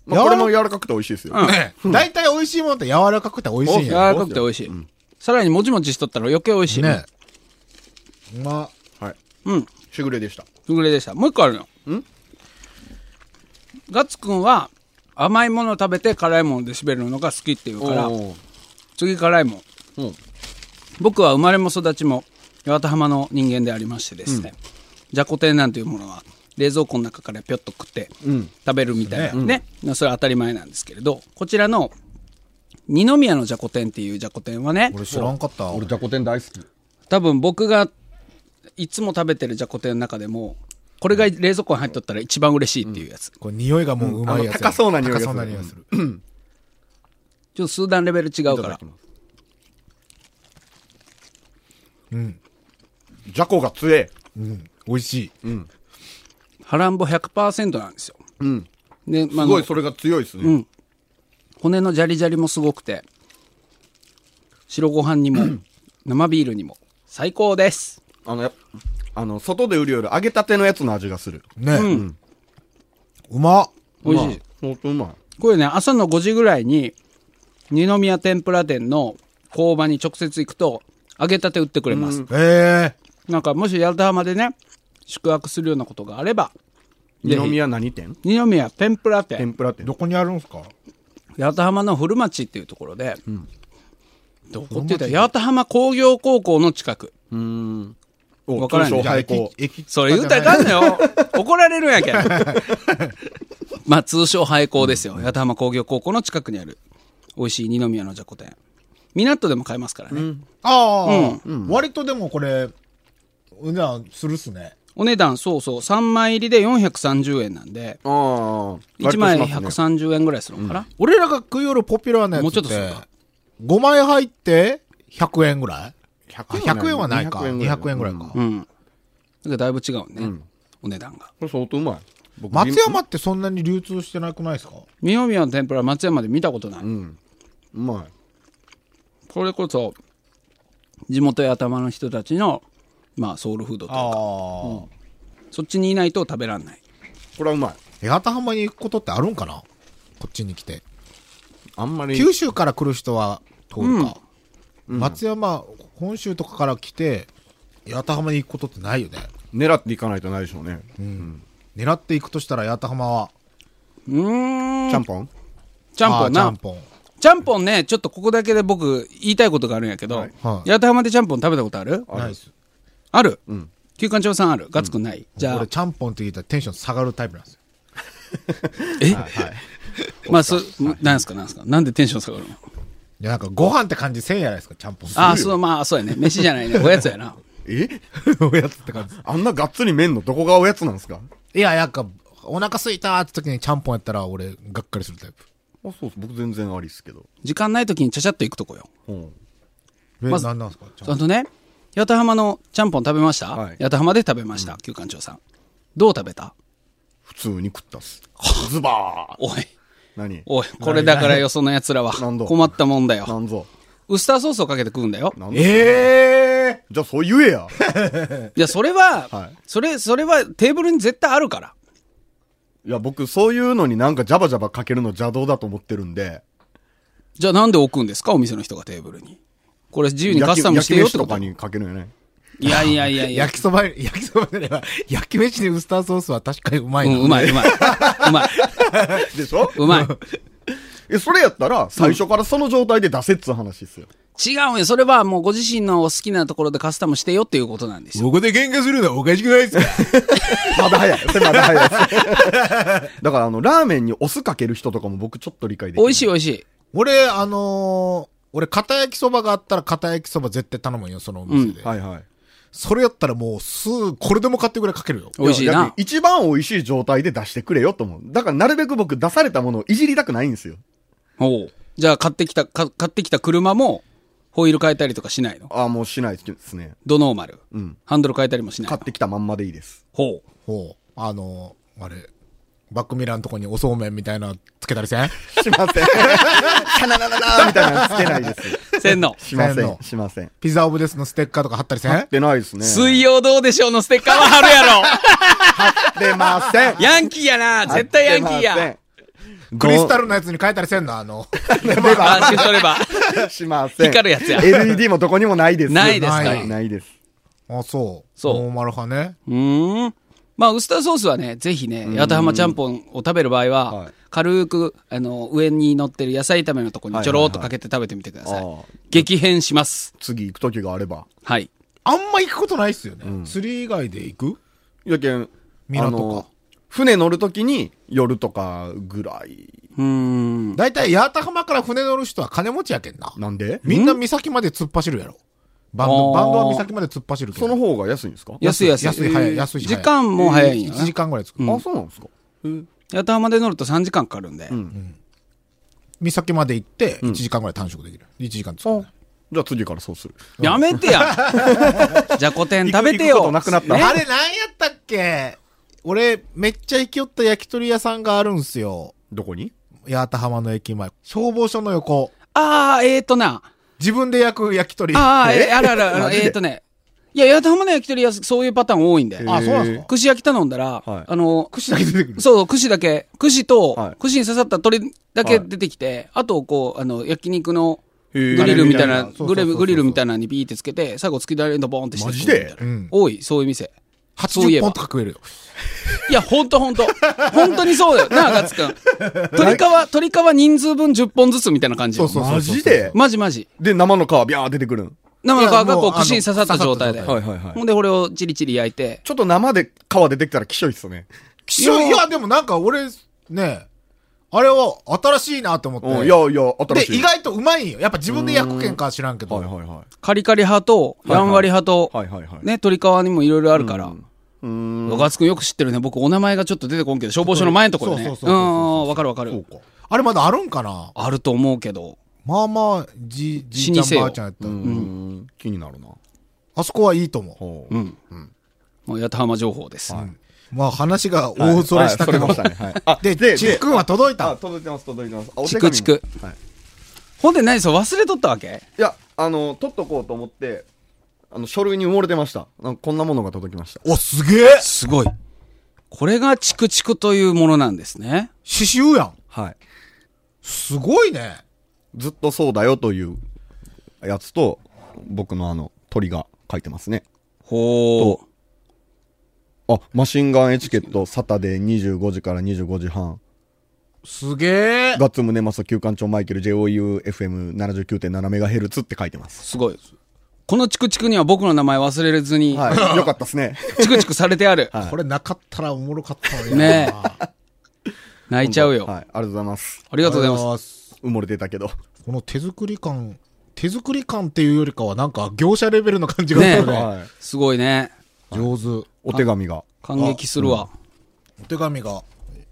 [SPEAKER 4] う。
[SPEAKER 3] まあ、これも柔らかくて美味しいですよ。
[SPEAKER 4] うん
[SPEAKER 2] ね大体美味しいものって柔らかくて美味しいん
[SPEAKER 4] 柔
[SPEAKER 2] や
[SPEAKER 4] らかくて美味しい。さらにもちもちしとったら余計美味しい。
[SPEAKER 2] ね。うま。
[SPEAKER 3] はい。
[SPEAKER 4] うん。
[SPEAKER 3] しぐれでした。
[SPEAKER 4] 優れでした。もう一個あるの。
[SPEAKER 3] ん
[SPEAKER 4] ガッツくんは甘いものを食べて辛いもので締めるのが好きっていうから、
[SPEAKER 3] おー
[SPEAKER 4] 次辛いもん。
[SPEAKER 3] うん。
[SPEAKER 4] 僕は生まれも育ちも八幡浜の人間でありましてですね、じゃこ天なんていうものは冷蔵庫の中からぴょっと食って
[SPEAKER 3] うん
[SPEAKER 4] 食べるみたいなね、それは当たり前なんですけれど、こちらの二宮のじゃこ天っていうじゃこ天はね、
[SPEAKER 2] 俺知らんかった。
[SPEAKER 3] 俺、じゃこ天大好き。
[SPEAKER 4] 多分僕がいつも食べてるじゃこ天の中でもこれが冷蔵庫に入っとったら一番嬉しいっていうやつ、
[SPEAKER 2] これ匂いがもううまいやつや、
[SPEAKER 3] うんあの高そうな匂いがする
[SPEAKER 2] 高そうな匂いがする。
[SPEAKER 4] ちょっと数段レベル違うから
[SPEAKER 3] じゃこが強え。
[SPEAKER 2] うん。美味しい。
[SPEAKER 4] ハランボ100%なんですよ
[SPEAKER 3] うん。
[SPEAKER 4] で、ますあ
[SPEAKER 3] ごい、それが強いですね。
[SPEAKER 4] 骨のジャリジャリもすごくて白ご飯にも生ビールにも最高です
[SPEAKER 3] あの、やっあの、外で売るより揚げたてのやつの味がする。
[SPEAKER 2] ね。うまっ。
[SPEAKER 4] 美味しい、
[SPEAKER 3] ほんとうま
[SPEAKER 4] これね朝の5時ぐらいに二宮天ぷら店の工場に直接行くと揚げたて売ってくれます、
[SPEAKER 2] ええ
[SPEAKER 4] なんかもし八幡浜でね宿泊するようなことがあれば
[SPEAKER 3] い。二宮何店
[SPEAKER 4] 二宮天ぷら
[SPEAKER 3] 天
[SPEAKER 4] 店
[SPEAKER 3] ぷら店
[SPEAKER 2] ど。こにあるんすか
[SPEAKER 4] 八幡浜の古町っていうところで、どこって言ったら八幡浜工業高校の近く
[SPEAKER 3] うーん。
[SPEAKER 4] わ
[SPEAKER 3] お、
[SPEAKER 4] から
[SPEAKER 3] 通
[SPEAKER 4] ん
[SPEAKER 3] 称
[SPEAKER 4] じゃ
[SPEAKER 3] 廃校。
[SPEAKER 2] 駅
[SPEAKER 4] それ言うたらあかんの [laughs] よ怒られるんやけん [laughs] まあ通称廃校ですよ、八幡浜工業高校の近くにある美味しい二宮のじゃこ店港でも買えますからね、
[SPEAKER 2] ああ、割とでもこれ、お値段するっすね。
[SPEAKER 4] お値段そうそう3枚入りで430円なんで
[SPEAKER 3] ああ。
[SPEAKER 4] 1枚
[SPEAKER 3] 割としますね
[SPEAKER 4] 130円ぐらいするのかな、
[SPEAKER 2] 俺らが食うよりポピュラーなやつ
[SPEAKER 4] もう
[SPEAKER 2] っ
[SPEAKER 4] ち
[SPEAKER 2] て、
[SPEAKER 4] ょっとするか
[SPEAKER 2] 5枚入って100円ぐらいあ100円はないか。
[SPEAKER 3] 200
[SPEAKER 2] 200円ぐらいか。
[SPEAKER 4] うん。だからだいぶ違うね。お値段が。
[SPEAKER 3] これ相当うまい。僕
[SPEAKER 2] 松山ってそんなに流通してなくないですか
[SPEAKER 4] みよみよの天ぷら松山で見たことない。
[SPEAKER 3] うん。うま
[SPEAKER 4] これこそ、地元や頭の人たちの、まあ、ソウルフードというか、
[SPEAKER 2] あ。
[SPEAKER 4] そっちにいないと食べられない。
[SPEAKER 3] い。これはうまい。
[SPEAKER 2] 八幡浜に行くことってあるんかなこっちに来て。
[SPEAKER 3] あんまり。
[SPEAKER 2] 九州から来る人は通るか。松山、本州とかから来て、八幡浜に行くことってないよね。
[SPEAKER 3] 狙っていかないとないでしょうね。
[SPEAKER 2] 狙っていくとしたら八幡浜は、
[SPEAKER 4] うーん。
[SPEAKER 3] ちゃんぽん
[SPEAKER 4] ちゃんぽん
[SPEAKER 2] あーちゃ。
[SPEAKER 4] なん
[SPEAKER 2] ぽん。
[SPEAKER 4] ちゃんぽんね、ちょっとここだけで僕言いたいことがあるんやけど、
[SPEAKER 3] はい
[SPEAKER 2] はい
[SPEAKER 4] 八幡浜でちゃんぽん食べたことある
[SPEAKER 2] ナイス。
[SPEAKER 4] ある、
[SPEAKER 3] ん
[SPEAKER 4] 休館長さんあるガツくんない、じゃあ
[SPEAKER 2] 俺、、ちゃんぽんって聞いたらテンション下がるタイプなんですよ。
[SPEAKER 4] え、 [laughs] まあ、す、なんすかなんすかなんでテンション下がるの
[SPEAKER 2] いや、なんかご飯って感じせんやないですか、ちゃんぽんって。
[SPEAKER 4] ああ、そう、まあ、そうやね。飯じゃないね。おやつやな。 [laughs]
[SPEAKER 3] え
[SPEAKER 2] おやつって感じ。
[SPEAKER 3] あんながっつり麺のどこがおやつなんですか
[SPEAKER 2] いや、なんか、お腹すいたーって時にちゃんぽんやったら俺、がっかりするタイプ。
[SPEAKER 3] あ、そう僕全然ありっすけど。
[SPEAKER 4] 時間ない時にちゃちゃっと行くとこよ。
[SPEAKER 3] うん。
[SPEAKER 2] え、
[SPEAKER 4] まず
[SPEAKER 2] なんなんすかちゃんぽ。
[SPEAKER 4] あとね、八幡浜のちゃんぽん食べました、
[SPEAKER 3] はい
[SPEAKER 4] 八幡浜で食べました、旧館長さん。どう食べた
[SPEAKER 3] 普通に食ったっす。ズバー
[SPEAKER 4] おい、
[SPEAKER 3] 何
[SPEAKER 4] おい、これだからよ、その奴らは。
[SPEAKER 3] 何だ
[SPEAKER 4] 困ったもんだよ。
[SPEAKER 3] なんぞ。
[SPEAKER 4] ウスターソースをかけて食うんだよ。
[SPEAKER 3] なんんぞ。
[SPEAKER 2] え
[SPEAKER 3] じゃあそう言えや。 [laughs]
[SPEAKER 4] いや、それは、
[SPEAKER 3] はい
[SPEAKER 4] それ、それはテーブルに絶対あるから。
[SPEAKER 3] いや、僕そういうのになんかジャバジャバかけるの邪道だと思ってるんで。
[SPEAKER 4] じゃあなんで置くんですかお店の人がテーブルに。これ自由にカ
[SPEAKER 3] 焼き
[SPEAKER 4] スタム
[SPEAKER 3] 焼
[SPEAKER 4] して
[SPEAKER 3] き
[SPEAKER 4] よっ
[SPEAKER 3] 飯
[SPEAKER 4] て
[SPEAKER 3] と
[SPEAKER 4] こと
[SPEAKER 3] か。にかけるよね。
[SPEAKER 4] いやいやいや
[SPEAKER 2] ー
[SPEAKER 4] い
[SPEAKER 3] [laughs]
[SPEAKER 4] や
[SPEAKER 2] 焼。きそば、焼きそばじゃないわ。焼き飯にウスターソースは確かにうま
[SPEAKER 4] う
[SPEAKER 2] いな。
[SPEAKER 4] ん、うまい、うまい。うまい。
[SPEAKER 3] でしょ
[SPEAKER 4] [laughs] うまい。
[SPEAKER 3] え、それやったら、最初からその状態で出せっつう話っすよ。
[SPEAKER 4] 違うんよ。それはもうご自身のお好きなところでカスタムしてよっていうことなんですよ。
[SPEAKER 2] こで喧嘩するのはおかしくないですか [laughs]
[SPEAKER 3] まだ早い。それまだ早いっす。 [laughs] だから、あの、ラーメンにお酢かける人とかも僕ちょっと理解できない。
[SPEAKER 4] 美味しい美味しい。
[SPEAKER 2] 俺、あのー、俺、片焼きそばがあったら片焼きそば絶対頼むよ、そのお店で。
[SPEAKER 3] はいはい。
[SPEAKER 2] それやったらもう、すぐ、これでも買ってくらいかけるよ。
[SPEAKER 4] 美味しい
[SPEAKER 3] や逆
[SPEAKER 4] な
[SPEAKER 3] に。一番美味しい状態で出してくれよと思う。だからなるべく僕出されたものをいじりたくないんですよ。
[SPEAKER 4] おうじゃあ買ってきた、か買ってきた車も、ホイール変えたりとかしないの
[SPEAKER 3] ああ、もうしないですね。
[SPEAKER 4] ドノーマル。
[SPEAKER 3] うん。
[SPEAKER 4] ハンドル変えたりもしない
[SPEAKER 3] 買っ
[SPEAKER 4] の
[SPEAKER 3] てきたまんまでいいです。
[SPEAKER 4] ほう。
[SPEAKER 2] ほう。あの、あれ、バックミラーのとこにおそうめんみたいなのつけたりせん
[SPEAKER 3] しません。シャナナナナみたいなのつけないです。
[SPEAKER 4] せんの。
[SPEAKER 3] しま
[SPEAKER 2] せ
[SPEAKER 3] せ
[SPEAKER 2] んの
[SPEAKER 3] ん。しません。
[SPEAKER 2] ピザオブデスのステッカーとか貼ったりせん
[SPEAKER 3] でないですね。
[SPEAKER 4] 水曜どうでしょうのステッカーは貼るやろ
[SPEAKER 3] 出ません。
[SPEAKER 4] ヤンキーやな絶対ヤンキーや
[SPEAKER 2] クリスタ
[SPEAKER 3] ル。
[SPEAKER 2] ルのやつに変えたりせんのあの、
[SPEAKER 4] 安心取
[SPEAKER 3] [laughs]
[SPEAKER 4] れば。
[SPEAKER 3] しません。
[SPEAKER 4] 光るやつや
[SPEAKER 3] LED もどこにもないです。
[SPEAKER 4] ないですか
[SPEAKER 2] ない
[SPEAKER 3] ないです。
[SPEAKER 2] あ、そう。
[SPEAKER 4] そう
[SPEAKER 2] ノーマル派ね。
[SPEAKER 4] うーん。まあ、ウスターソースはね、ぜひね、八幡浜ちゃんぽんを食べる場合
[SPEAKER 3] はい
[SPEAKER 4] は、軽く、あの、上に乗ってる野菜炒めのとこにちょろっとかけて食べてみてくださ
[SPEAKER 3] はいはいいはいああ。
[SPEAKER 4] 激変します。
[SPEAKER 3] 次行く時があれば。
[SPEAKER 4] はい。
[SPEAKER 2] あんま行くことないっすよね。釣り以外で行く
[SPEAKER 3] やけん、
[SPEAKER 2] 港か
[SPEAKER 3] あの船乗る時に夜とかぐらい。
[SPEAKER 4] うーん。
[SPEAKER 2] だいたい八幡浜から船乗る人は金持ちやけんな。
[SPEAKER 3] なんで
[SPEAKER 2] みんな岬まで突っ走るやろ。バンド、
[SPEAKER 4] あー
[SPEAKER 2] バンドは岬まで突っ走るけど。
[SPEAKER 3] その方が安いんですか
[SPEAKER 4] 安い安い。
[SPEAKER 2] 安い、早い、安いし早い。
[SPEAKER 4] 時間も早いんやな
[SPEAKER 2] 1時間ぐらいつく。
[SPEAKER 3] あ、そうなんですか
[SPEAKER 4] 八幡浜で乗ると3時間かかるんで。
[SPEAKER 2] 岬まで行って、1時間ぐらい短縮できる。1時間つく。
[SPEAKER 3] じゃあ次からそうする。
[SPEAKER 4] やめ
[SPEAKER 3] [laughs]
[SPEAKER 4] てやじゃこ天食べて
[SPEAKER 3] 行くこ
[SPEAKER 4] よ
[SPEAKER 3] となくなった
[SPEAKER 4] ね
[SPEAKER 2] あれ、なんやったっけ俺、めっちゃ行きよった焼き鳥屋さんがあるんすよ。
[SPEAKER 3] どこに
[SPEAKER 2] 八幡浜の駅前。消防署の横。
[SPEAKER 4] ああ、えーとな。
[SPEAKER 2] 自分で焼く焼き鳥。
[SPEAKER 4] ああ、え
[SPEAKER 3] え
[SPEAKER 4] あるあるあ
[SPEAKER 3] マ
[SPEAKER 4] る。
[SPEAKER 3] ジで
[SPEAKER 4] えーとね。いや、八幡浜の焼き鳥屋、そういうパターン多いんで。
[SPEAKER 2] あそうなんすか
[SPEAKER 4] 串焼き頼んだら、
[SPEAKER 3] はい
[SPEAKER 4] あの、
[SPEAKER 2] 串だけ出てくる。
[SPEAKER 4] そう、串だけ、串と、
[SPEAKER 3] はい
[SPEAKER 4] 串に刺さった鳥だけ出てきて、あと、こう、あの、焼肉のグリルみたい
[SPEAKER 3] へ
[SPEAKER 4] な、
[SPEAKER 3] ー
[SPEAKER 4] グレグリルみたいなのにビーってつけて、最後、突き出れんとボーンってして
[SPEAKER 3] マジで
[SPEAKER 4] くるみたいな
[SPEAKER 2] うん
[SPEAKER 4] 多い、そういう店。そういえ
[SPEAKER 2] 80
[SPEAKER 4] ば
[SPEAKER 2] 本とか食えるよ。
[SPEAKER 4] いや、ほんとほんと。 [laughs] ほんとにそうだよ。なあ、ガッツくん。
[SPEAKER 3] [laughs]
[SPEAKER 4] 鳥皮、鳥皮人数分10本ずつみたいな感じ。
[SPEAKER 2] そうそうそうそう。
[SPEAKER 3] マジで
[SPEAKER 4] マジマジ。
[SPEAKER 3] で、生の皮ビャー出てくるん。
[SPEAKER 4] 生の皮がこう
[SPEAKER 2] いやもう
[SPEAKER 4] 串に刺さった状態で。
[SPEAKER 2] あの
[SPEAKER 3] 刺さった状態はいはいはい
[SPEAKER 4] ほんで、これをチリチリ焼いて。
[SPEAKER 3] ちょっと生で皮出てきたらきしょいっすね。
[SPEAKER 2] いや、いやでもなんか俺、ね、あれは新しいなと思っ
[SPEAKER 3] うん、
[SPEAKER 2] て。
[SPEAKER 3] いやいや、新しい。
[SPEAKER 2] で、意外とうまいんよ。やっぱ自分で焼くけんかは知らんけど。
[SPEAKER 3] はいはいは
[SPEAKER 4] カリカリ派と、
[SPEAKER 3] いはい
[SPEAKER 4] やんわり派と、
[SPEAKER 3] はいはいはい
[SPEAKER 4] ね、鶏皮にもいろいろあるから。
[SPEAKER 3] い。うーん。
[SPEAKER 4] ガッツくんよく知ってるね。僕、お名前がちょっと出てこんけど、消防署の前のところね。
[SPEAKER 2] そううそうそうそうそう
[SPEAKER 4] ーん、わかるわかる。
[SPEAKER 2] あれまだあるんかな
[SPEAKER 4] あると思うけど。
[SPEAKER 2] まあまあ、じ、じいちゃんばあちゃんやったら。
[SPEAKER 3] うーん。気になるな。
[SPEAKER 2] あそこはいいと思う。
[SPEAKER 3] ほ
[SPEAKER 4] う
[SPEAKER 3] う。
[SPEAKER 4] ん。もう、八幡浜情報です。
[SPEAKER 2] まあ話が大それしたけど。
[SPEAKER 3] はいそれました
[SPEAKER 2] [laughs]
[SPEAKER 3] ねはいあ
[SPEAKER 2] で、
[SPEAKER 3] で
[SPEAKER 2] ちっくんは届い
[SPEAKER 3] あ、
[SPEAKER 2] た。
[SPEAKER 3] 届いてます、届いてます。あお
[SPEAKER 4] チ
[SPEAKER 3] 手
[SPEAKER 4] ク
[SPEAKER 3] 紙
[SPEAKER 4] チク。
[SPEAKER 3] はい。
[SPEAKER 4] ほんで何それ忘れとったわけ
[SPEAKER 3] いや、あの、取っとこうと思って、あの、書類に埋もれてました。なんかこんなものが届きました。
[SPEAKER 2] お、すげえ
[SPEAKER 4] すごい。これがチクチクというものなんですね。
[SPEAKER 2] 刺繍やん。
[SPEAKER 3] はい。
[SPEAKER 2] すごいね。
[SPEAKER 3] ずっとそうだよというやつと、僕のあの、鳥が書いてますね。
[SPEAKER 4] ほう。
[SPEAKER 3] あ、マシンガンエチケット、サタデー25時から25時半。
[SPEAKER 2] すげえ。
[SPEAKER 3] ガッツムネマソ旧館長マイケル JOUFM79.7 メガヘルツって書いてます。
[SPEAKER 4] すごい。このチクチクには僕の名前忘れずに、 [laughs]
[SPEAKER 3] はい。よかったっすね。
[SPEAKER 4] チクチクされてある。
[SPEAKER 3] はい
[SPEAKER 2] これなかったらおもろかったのにな
[SPEAKER 4] ね
[SPEAKER 2] あ
[SPEAKER 4] 泣いちゃうよ。
[SPEAKER 3] はい。ありがとうございます。
[SPEAKER 4] ありがとうございます。
[SPEAKER 2] ます。
[SPEAKER 3] 埋もれてたけど。
[SPEAKER 2] この手作り感、手作り感っていうよりかはなんか業者レベルの感じがするね。
[SPEAKER 4] ね
[SPEAKER 3] はい。
[SPEAKER 4] すごいね。
[SPEAKER 2] 上手。
[SPEAKER 3] お手紙が。
[SPEAKER 4] 感激するわ。
[SPEAKER 2] お手紙が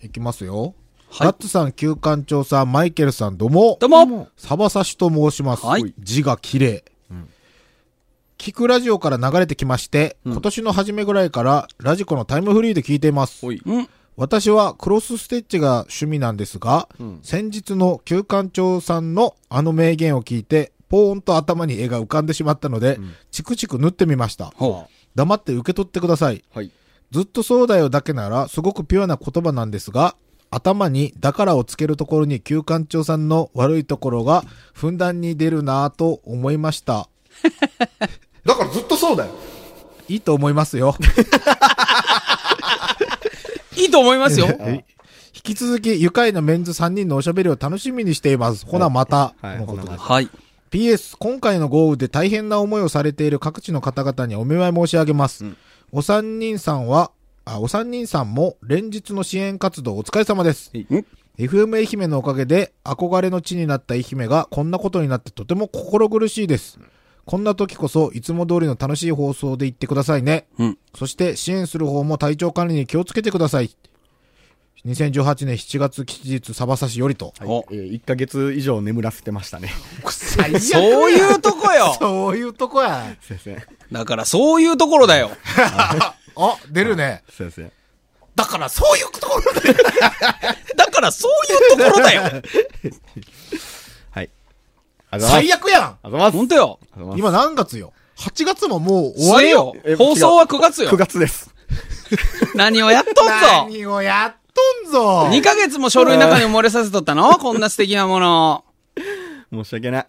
[SPEAKER 2] いきますよ。
[SPEAKER 4] はい
[SPEAKER 2] ガッツさん、旧館長さん、マイケルさん、どうも。
[SPEAKER 4] どうも
[SPEAKER 2] サバサシと申します。
[SPEAKER 4] はい
[SPEAKER 2] 字が綺麗。聞くラジオから流れてきまして、今年の初めぐらいからラジコのタイムフリーで聞いています。
[SPEAKER 4] うん。
[SPEAKER 2] 私はクロスステッチが趣味なんですが、先日の旧館長さんのあの名言を聞いて、ポーンと頭に絵が浮かんでしまったので、チクチク縫ってみました。
[SPEAKER 4] ほ
[SPEAKER 2] 黙って受け取ってください。
[SPEAKER 3] はい。
[SPEAKER 2] ずっとそうだよだけならすごくピュアな言葉なんですが、頭にだからをつけるところに旧館長さんの悪いところがふんだんに出るなぁと思いました。
[SPEAKER 3] [laughs] だからずっとそうだよ。
[SPEAKER 2] いいと思いますよ。
[SPEAKER 4] う。いいと思いますよ。
[SPEAKER 2] はい引き続き愉快なメンズ3人のおしゃべりを楽しみにしています。ほなまた。
[SPEAKER 3] はい
[SPEAKER 2] のことです
[SPEAKER 3] ほなま
[SPEAKER 4] はい。
[SPEAKER 2] PS、今回の豪雨で大変な思いをされている各地の方々にお見舞い申し上げます。お三人さんは、あ、お三人さんも連日の支援活動お疲れ様です。
[SPEAKER 4] ん
[SPEAKER 2] FM 愛媛のおかげで憧れの地になった愛媛がこんなことになってとても心苦しいです。こんな時こそ、いつも通りの楽しい放送で言ってくださいね。
[SPEAKER 4] うん。
[SPEAKER 2] そして、支援する方も体調管理に気をつけてください。2018年7月吉日、サバサシよりと。
[SPEAKER 4] お
[SPEAKER 3] えー、1ヶ月以上眠らせてま
[SPEAKER 4] [laughs]
[SPEAKER 3] したね。
[SPEAKER 4] そういうとこ
[SPEAKER 2] [laughs]
[SPEAKER 4] よ
[SPEAKER 2] そういうとこや。
[SPEAKER 3] すいません。す
[SPEAKER 4] だからそういうところだよ。
[SPEAKER 2] あ、出るね。
[SPEAKER 3] いません。
[SPEAKER 2] だから、そういうところで。
[SPEAKER 4] だからそういうところだよ
[SPEAKER 3] はい。あざます。
[SPEAKER 2] 最悪や
[SPEAKER 3] あざます。
[SPEAKER 4] 本当よ
[SPEAKER 3] あざま
[SPEAKER 2] ん
[SPEAKER 3] す。
[SPEAKER 2] 今何月よ ?8 月ももう終
[SPEAKER 4] 終
[SPEAKER 2] わ
[SPEAKER 4] わ
[SPEAKER 2] り
[SPEAKER 4] り
[SPEAKER 2] よ。
[SPEAKER 4] よ放送は9月よ
[SPEAKER 3] 9月です。
[SPEAKER 4] 何をやっとんぞ
[SPEAKER 2] 何をやっとんぞ
[SPEAKER 4] !2 ヶ月も書類の中に埋もれさせとったのこんな素敵なもの。
[SPEAKER 3] 申し訳ない。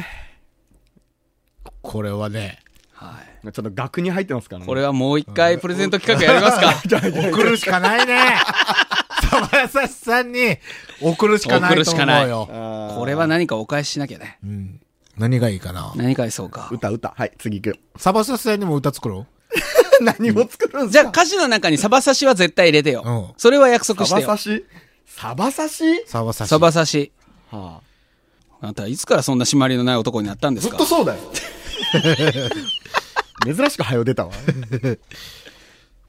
[SPEAKER 2] これはね、
[SPEAKER 4] はい。
[SPEAKER 3] ちょっと額に入ってますからね。
[SPEAKER 4] これはもう一回プレゼント企画やりますか
[SPEAKER 2] 送るしかないね。 [laughs] サバヤサシさんに送るしかないと思うよ。
[SPEAKER 3] あー
[SPEAKER 4] これは何かお返ししなきゃね。
[SPEAKER 2] うん何がいいかな。
[SPEAKER 4] 何返そうか。
[SPEAKER 3] 歌歌。はい、次行く。
[SPEAKER 2] サバサシさんにも歌作ろ
[SPEAKER 3] [laughs] 何を作るん
[SPEAKER 4] じ
[SPEAKER 3] す
[SPEAKER 4] ゃあ
[SPEAKER 3] か
[SPEAKER 4] 歌詞の中にサバサシは絶対入れてよ。
[SPEAKER 2] うん
[SPEAKER 4] それは約束し
[SPEAKER 3] サ
[SPEAKER 4] て
[SPEAKER 3] バ
[SPEAKER 4] よ
[SPEAKER 3] サ。シサバサシ
[SPEAKER 2] う。サバサシ。
[SPEAKER 4] サバサシ。
[SPEAKER 3] はあ、
[SPEAKER 4] あなたいつからそんな締まりのない男になったんで
[SPEAKER 3] ず
[SPEAKER 4] す
[SPEAKER 3] っ
[SPEAKER 4] か
[SPEAKER 3] とそうだよ。珍しく早う出たわ。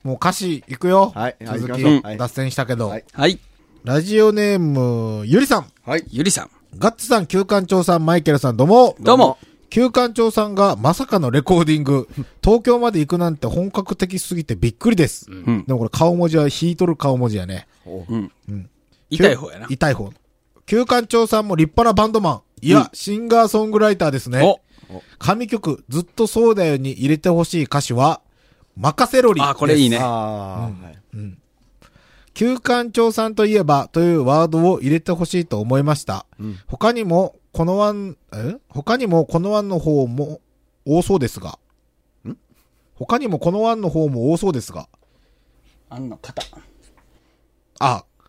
[SPEAKER 2] もう歌詞いくよ。
[SPEAKER 3] はい
[SPEAKER 2] 続
[SPEAKER 3] はい
[SPEAKER 2] き、
[SPEAKER 3] 行きましょうはい
[SPEAKER 2] 脱線したけど、
[SPEAKER 3] はい
[SPEAKER 4] はい。
[SPEAKER 2] ラジオネーム、ゆりさん。
[SPEAKER 3] はい。
[SPEAKER 4] ゆりさん。
[SPEAKER 2] ガッツさん、旧館長さん、マイケルさん、どうも。
[SPEAKER 4] どうも。
[SPEAKER 2] 旧館長さんがまさかのレコーディング。東京まで行くなんて本格的すぎてびっくりです。
[SPEAKER 4] ん
[SPEAKER 2] でもこれ顔文字は引いとる顔文字やね。
[SPEAKER 4] 痛い方やな。
[SPEAKER 2] 痛い方。旧館長さんも立派なバンドマン。いや、
[SPEAKER 4] うん
[SPEAKER 2] シンガーソングライターですね
[SPEAKER 4] お。
[SPEAKER 2] 神曲、ずっとそうだよに入れてほしい歌詞は、任せろり。
[SPEAKER 4] あ、これいい。ね。
[SPEAKER 3] ああ、はい
[SPEAKER 2] 旧館長さんといえばというワードを入れてほしいと思いました。他にも、このワン、え他にもこのワンの方も多そうですが。他にもこのワンの方も多そうですが。
[SPEAKER 4] あんの肩。
[SPEAKER 2] あ。 [laughs]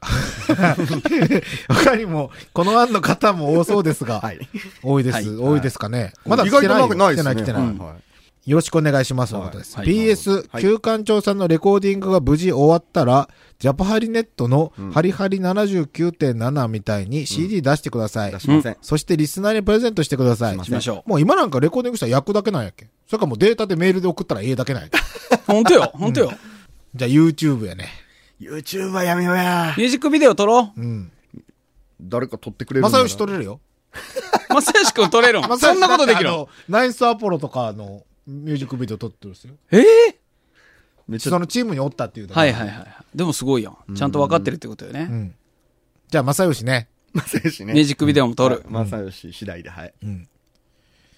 [SPEAKER 2] 他にも、この案の方も多そうですが、
[SPEAKER 3] はい。
[SPEAKER 2] 多いです、
[SPEAKER 4] はい
[SPEAKER 2] 多いですかね。まだ来
[SPEAKER 3] 意外
[SPEAKER 2] てないよ。
[SPEAKER 3] とない
[SPEAKER 2] 来て
[SPEAKER 3] です
[SPEAKER 2] な
[SPEAKER 3] ね。
[SPEAKER 2] い、来てない。
[SPEAKER 3] うんはい
[SPEAKER 2] よろしくお願いします。
[SPEAKER 3] はい
[SPEAKER 2] ということです
[SPEAKER 4] はい
[SPEAKER 2] PS、
[SPEAKER 3] はい
[SPEAKER 2] 旧館長さんのレコーディングが無事終わったら、ジャパハリネットのハリハリ79.7みたいに CD 出してください。
[SPEAKER 3] 出しません。
[SPEAKER 2] そしてリスナーにプレゼントしてください。
[SPEAKER 4] しましょ
[SPEAKER 2] もう今なんかレコーディングしたら焼くだけなんやっけ。それかもうデータでメールで送ったらええだけなんやっけ。
[SPEAKER 4] う。ほんとよ。ほんとよ。
[SPEAKER 2] じゃあ YouTube やね。
[SPEAKER 3] YouTube はやめようや。
[SPEAKER 4] ミュージックビデオ撮ろう。
[SPEAKER 2] うん。
[SPEAKER 3] 誰か撮ってくれるん
[SPEAKER 2] ま
[SPEAKER 3] だ
[SPEAKER 2] さよし撮れるよ。
[SPEAKER 4] まさよしくん撮れるん。
[SPEAKER 2] 正
[SPEAKER 4] そ
[SPEAKER 2] 義
[SPEAKER 4] んなことできる
[SPEAKER 2] だってあのナイスアポロとかのミュージックビデオ撮ってるんですよ。
[SPEAKER 4] ええ
[SPEAKER 3] めっち
[SPEAKER 2] そ
[SPEAKER 3] ゃ、
[SPEAKER 2] のチームにおったっていうだけ
[SPEAKER 4] はいはいはい。でもすごいよ。ちゃんと分かってるってことよね。
[SPEAKER 2] じゃあ、正義ね。
[SPEAKER 3] まさよしね。
[SPEAKER 4] ミュージックビデオも撮る。
[SPEAKER 3] まさよし次第で、はい。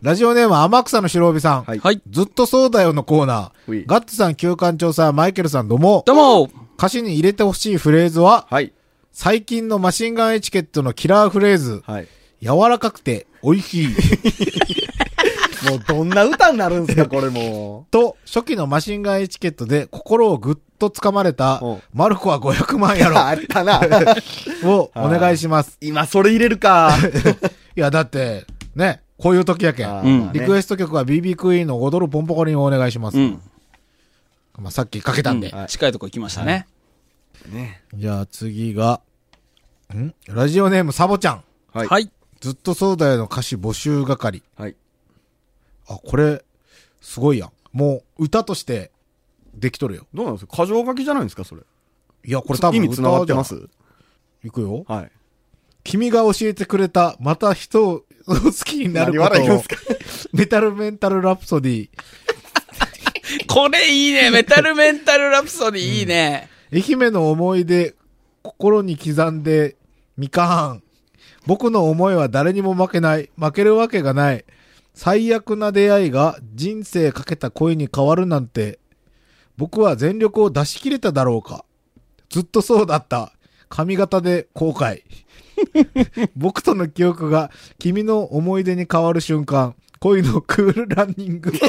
[SPEAKER 2] ラジオネーム、天草の白帯さん。
[SPEAKER 3] はい
[SPEAKER 4] はい。
[SPEAKER 2] ずっとそうだよのコーナ
[SPEAKER 3] う
[SPEAKER 2] ー
[SPEAKER 3] い。
[SPEAKER 2] ガッツさん、旧館長さん、マイケルさん、どうも。
[SPEAKER 4] どうも
[SPEAKER 2] 歌詞に入れてほしいフレーズは、
[SPEAKER 3] はい。
[SPEAKER 2] 最近のマシンガンエチケットのキラーフレーズ、
[SPEAKER 3] はい。
[SPEAKER 2] 柔らかくて美味
[SPEAKER 3] [laughs]
[SPEAKER 2] しい。
[SPEAKER 3] もうどんな歌になるんす [laughs] か、これも
[SPEAKER 2] と、初期のマシンガンエチケットで心をぐっと掴まれた
[SPEAKER 3] うん、
[SPEAKER 2] マルコは500万や
[SPEAKER 3] う。
[SPEAKER 2] ろ
[SPEAKER 3] [laughs] あったな。
[SPEAKER 2] をお願いします。
[SPEAKER 3] 今それ入れる [laughs] か。
[SPEAKER 2] いや、だって、ね、こういう時やけん。
[SPEAKER 3] あ
[SPEAKER 4] うん
[SPEAKER 3] ー
[SPEAKER 2] リクエ
[SPEAKER 3] ス
[SPEAKER 2] スト曲は BB クイーンの踊るポンポコリンをお願いします。
[SPEAKER 4] うん。
[SPEAKER 2] まあ、さっきかけたんで。
[SPEAKER 4] うん近いとこ行きましたね。
[SPEAKER 2] じゃあ次が、んラジオネームサボちゃん。
[SPEAKER 3] トはい。。
[SPEAKER 4] はいい。
[SPEAKER 2] ずっとそうだよの歌詞募集係。
[SPEAKER 3] はい。
[SPEAKER 2] あ、これ、すごいやん。もう、歌として、できとるよ。
[SPEAKER 3] どうなんですか箇条書きじゃないんですか、それ。
[SPEAKER 2] いや、これ多分
[SPEAKER 3] 意
[SPEAKER 2] 歌
[SPEAKER 3] 味繋がってま
[SPEAKER 2] じ
[SPEAKER 3] す
[SPEAKER 2] ゃんいくよ。
[SPEAKER 3] はい。
[SPEAKER 2] 君が教えてくれた、また人を好きになる
[SPEAKER 3] 何
[SPEAKER 2] こ
[SPEAKER 3] 笑い
[SPEAKER 2] と
[SPEAKER 3] ま
[SPEAKER 2] を
[SPEAKER 3] す、か
[SPEAKER 2] [laughs] メタルメンタルラプソディ、
[SPEAKER 4] これいいね。メタルメンタルラプソディいいね。
[SPEAKER 2] 愛媛の思い出、心に刻んで、みかん。僕の思いは誰にも負けない。負けるわけがない。最悪な出会いが人生かけた恋に変わるなんて、僕は全力を出し切れただろうか。ずっとそうだった。髪型で後悔。 [laughs] 僕との記憶が君の思い出に変わる瞬間。恋のクールランニング。 [laughs]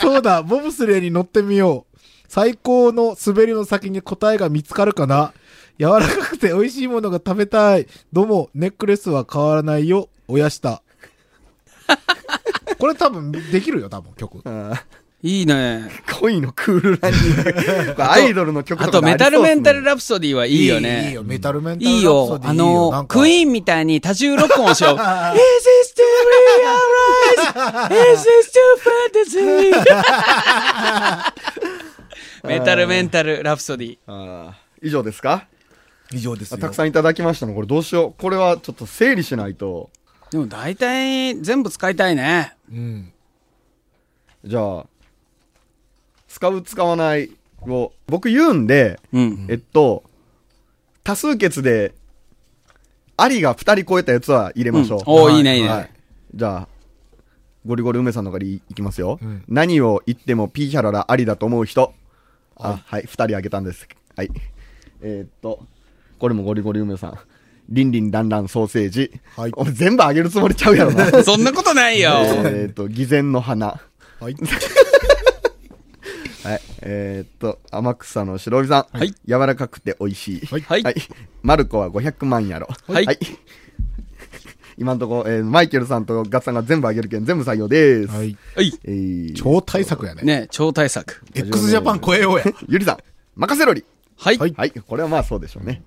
[SPEAKER 2] そうだ、ボブスレーに乗ってみよう。最高の滑りの先に答えが見つかるかな柔らかくて美味しいものが食べたい。どうも、ネックレスは変わらないよ、おやした。これ多分できるよ、多分曲。
[SPEAKER 3] あー
[SPEAKER 4] いいね。
[SPEAKER 3] 恋のクールランニン
[SPEAKER 4] [laughs]
[SPEAKER 3] グ。これアイドルの曲
[SPEAKER 4] あ
[SPEAKER 3] とか
[SPEAKER 4] と、メタルメンタル
[SPEAKER 3] ラ
[SPEAKER 4] ラプソディはいいよね。
[SPEAKER 2] いいよ、メタルメンタル
[SPEAKER 4] い
[SPEAKER 2] ラ
[SPEAKER 4] い
[SPEAKER 2] プソ
[SPEAKER 4] よ。
[SPEAKER 2] ディ
[SPEAKER 4] あ
[SPEAKER 2] いいよ。
[SPEAKER 4] の、クイ
[SPEAKER 2] ン。
[SPEAKER 4] ーンみたいに多重録音しよう。Is [laughs] this still real life? Is this still fantasy? [laughs] メタルメンタルラプソディ。
[SPEAKER 3] 以上ですか
[SPEAKER 2] 以上です
[SPEAKER 3] あ
[SPEAKER 2] よ。
[SPEAKER 3] たくさんいただきましたの。これどうしよう。これはちょっと整理しないと。
[SPEAKER 4] でも大体全部使いたいね。
[SPEAKER 2] うん。
[SPEAKER 3] じゃあ、使う使わないを、僕言うんで、
[SPEAKER 4] うん。
[SPEAKER 3] えっと、多数決で、ありが2人超えたやつは入れましょう。
[SPEAKER 4] うんおーいいねいいね
[SPEAKER 3] じゃあ、ゴリゴリ梅さんのからいいきますよ、
[SPEAKER 2] ん
[SPEAKER 3] 何を言ってもピーヒャララありだと思う人。あ、はい、2人あげたんです。はい。えーっと、これもゴリゴリ梅さん。リンリンランランソーセージ。
[SPEAKER 2] はい
[SPEAKER 3] 俺全部あげるつもりちゃうやろな。
[SPEAKER 4] そんなこと [laughs] ないよ。
[SPEAKER 3] えーっと、偽善の花。
[SPEAKER 4] [laughs]
[SPEAKER 2] はい。
[SPEAKER 3] はい。えーっと、天草の白帯さん。
[SPEAKER 4] はい
[SPEAKER 3] 柔らかくて美味しい。
[SPEAKER 2] はい
[SPEAKER 4] はい
[SPEAKER 3] マルコは500万やろ。
[SPEAKER 4] はい
[SPEAKER 3] 今んとこ、えーマイケルさんとガッツさんが全部あげるけん、全部採用です。
[SPEAKER 2] はい。
[SPEAKER 4] はい。
[SPEAKER 3] えー
[SPEAKER 2] 超大作やね。
[SPEAKER 4] ね、超大作。
[SPEAKER 2] x ジャパン超えようや。
[SPEAKER 3] ゆりさん、任せろり。
[SPEAKER 4] はい。
[SPEAKER 2] はい
[SPEAKER 3] はい。これはまあそうでしょうね。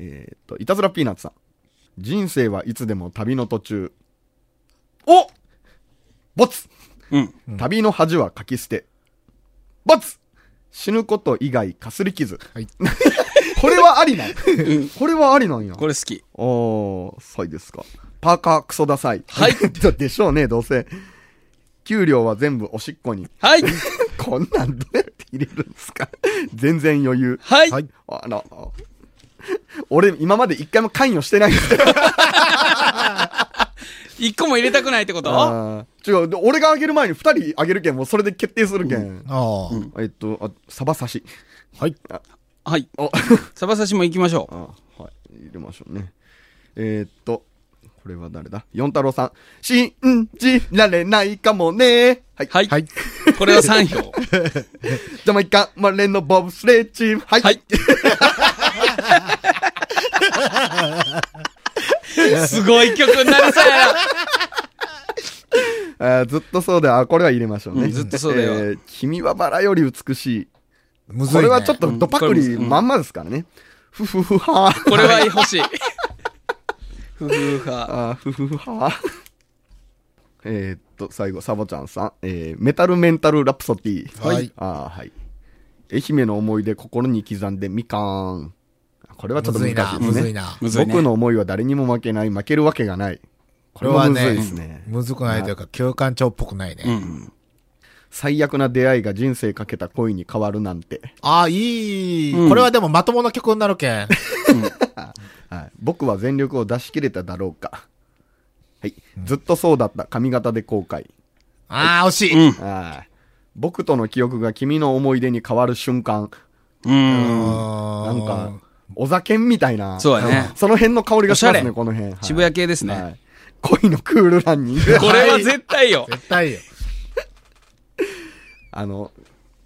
[SPEAKER 3] えーっと、いたずらピーナッツさん。人生はいつでも旅の途中。おボツ
[SPEAKER 4] うん。
[SPEAKER 3] 旅の恥は書き捨て。ボツ死ぬこと以外かすり傷。
[SPEAKER 2] はい。
[SPEAKER 3] これはあり
[SPEAKER 4] [laughs]
[SPEAKER 3] なん。これはありなんや。
[SPEAKER 4] これ好き。
[SPEAKER 3] おー、そうですか。パーカークソダサい。
[SPEAKER 4] はい
[SPEAKER 3] でしょうね、 [laughs] どうせ。給料は全部おしっこに。
[SPEAKER 4] はい。
[SPEAKER 3] こんなんどうやって入れるんですか全然余裕。
[SPEAKER 4] はい。
[SPEAKER 2] はい。
[SPEAKER 3] あら。俺、今まで一回も関与してないんですよ。
[SPEAKER 4] 一個も入れたくないってこと
[SPEAKER 3] あー違う、で俺があげる前に二人あげるけん、もうそれで決定するけん。
[SPEAKER 2] ああ。
[SPEAKER 3] えっと、あ、サバ刺し。
[SPEAKER 2] はい。
[SPEAKER 4] はい。
[SPEAKER 3] お、
[SPEAKER 4] サバサシも行きましょう。
[SPEAKER 3] あはい、入れましょうね。えー、っと、これは誰だ四太郎さん。信じられないかもね。はい。
[SPEAKER 4] はい。
[SPEAKER 2] はい。
[SPEAKER 4] これは3票。 [laughs]
[SPEAKER 3] ジャマイカ、マレンのボブスレーチーム。はい。
[SPEAKER 4] はい。すごい曲になりそうやな。
[SPEAKER 3] あーずっとそうだよ。あ、これは入れましょうね。
[SPEAKER 4] うんずっとそうだよ
[SPEAKER 3] えー君はバラより美しい。
[SPEAKER 2] むずい、ね。
[SPEAKER 3] これはちょっとドパクリまんまですからね。ふふふはー。
[SPEAKER 4] これは欲しい。ふふは。
[SPEAKER 3] あーふふふはー。えーっと、最後、サボちゃんさん。えー、メタルメンタルラプソディ。
[SPEAKER 2] はい
[SPEAKER 3] あーはい。愛媛の思い出心に刻んでみかん。これはちょ
[SPEAKER 2] む
[SPEAKER 3] っと
[SPEAKER 2] ず
[SPEAKER 3] 難し
[SPEAKER 2] いな。
[SPEAKER 3] いですね。
[SPEAKER 2] むずいな。
[SPEAKER 4] むずいね
[SPEAKER 3] 僕の思いは誰にも負けない、負けるわけがない。こ
[SPEAKER 2] こ
[SPEAKER 3] れ
[SPEAKER 2] れ
[SPEAKER 3] は
[SPEAKER 2] は
[SPEAKER 3] むずい
[SPEAKER 2] ね、
[SPEAKER 3] ですね。
[SPEAKER 2] むずくないというか、休館長っぽくないね。
[SPEAKER 4] うん。
[SPEAKER 3] 最悪な出会いが人生かけた恋に変わるなんて。
[SPEAKER 2] ああ、いい、
[SPEAKER 4] うん
[SPEAKER 2] これはでもまともな曲になるけん。
[SPEAKER 3] はい、僕は全力を出し切れただろうか。はい。ずっとそうだった。髪型で後悔。
[SPEAKER 2] ああ、惜しい。
[SPEAKER 4] うん。
[SPEAKER 3] ああ僕との記憶が君の思い出に変わる瞬間。
[SPEAKER 4] うん。
[SPEAKER 2] な
[SPEAKER 3] な
[SPEAKER 2] ん
[SPEAKER 3] か、、お酒みたいな。
[SPEAKER 4] そうだね
[SPEAKER 3] その辺の香りがしま
[SPEAKER 4] お
[SPEAKER 3] す
[SPEAKER 4] しゃれ
[SPEAKER 3] ね、この辺。はい
[SPEAKER 4] 渋谷系ですね
[SPEAKER 3] はい恋のクールランニング。
[SPEAKER 4] これは絶対よ。
[SPEAKER 2] 絶対よ。
[SPEAKER 3] あの、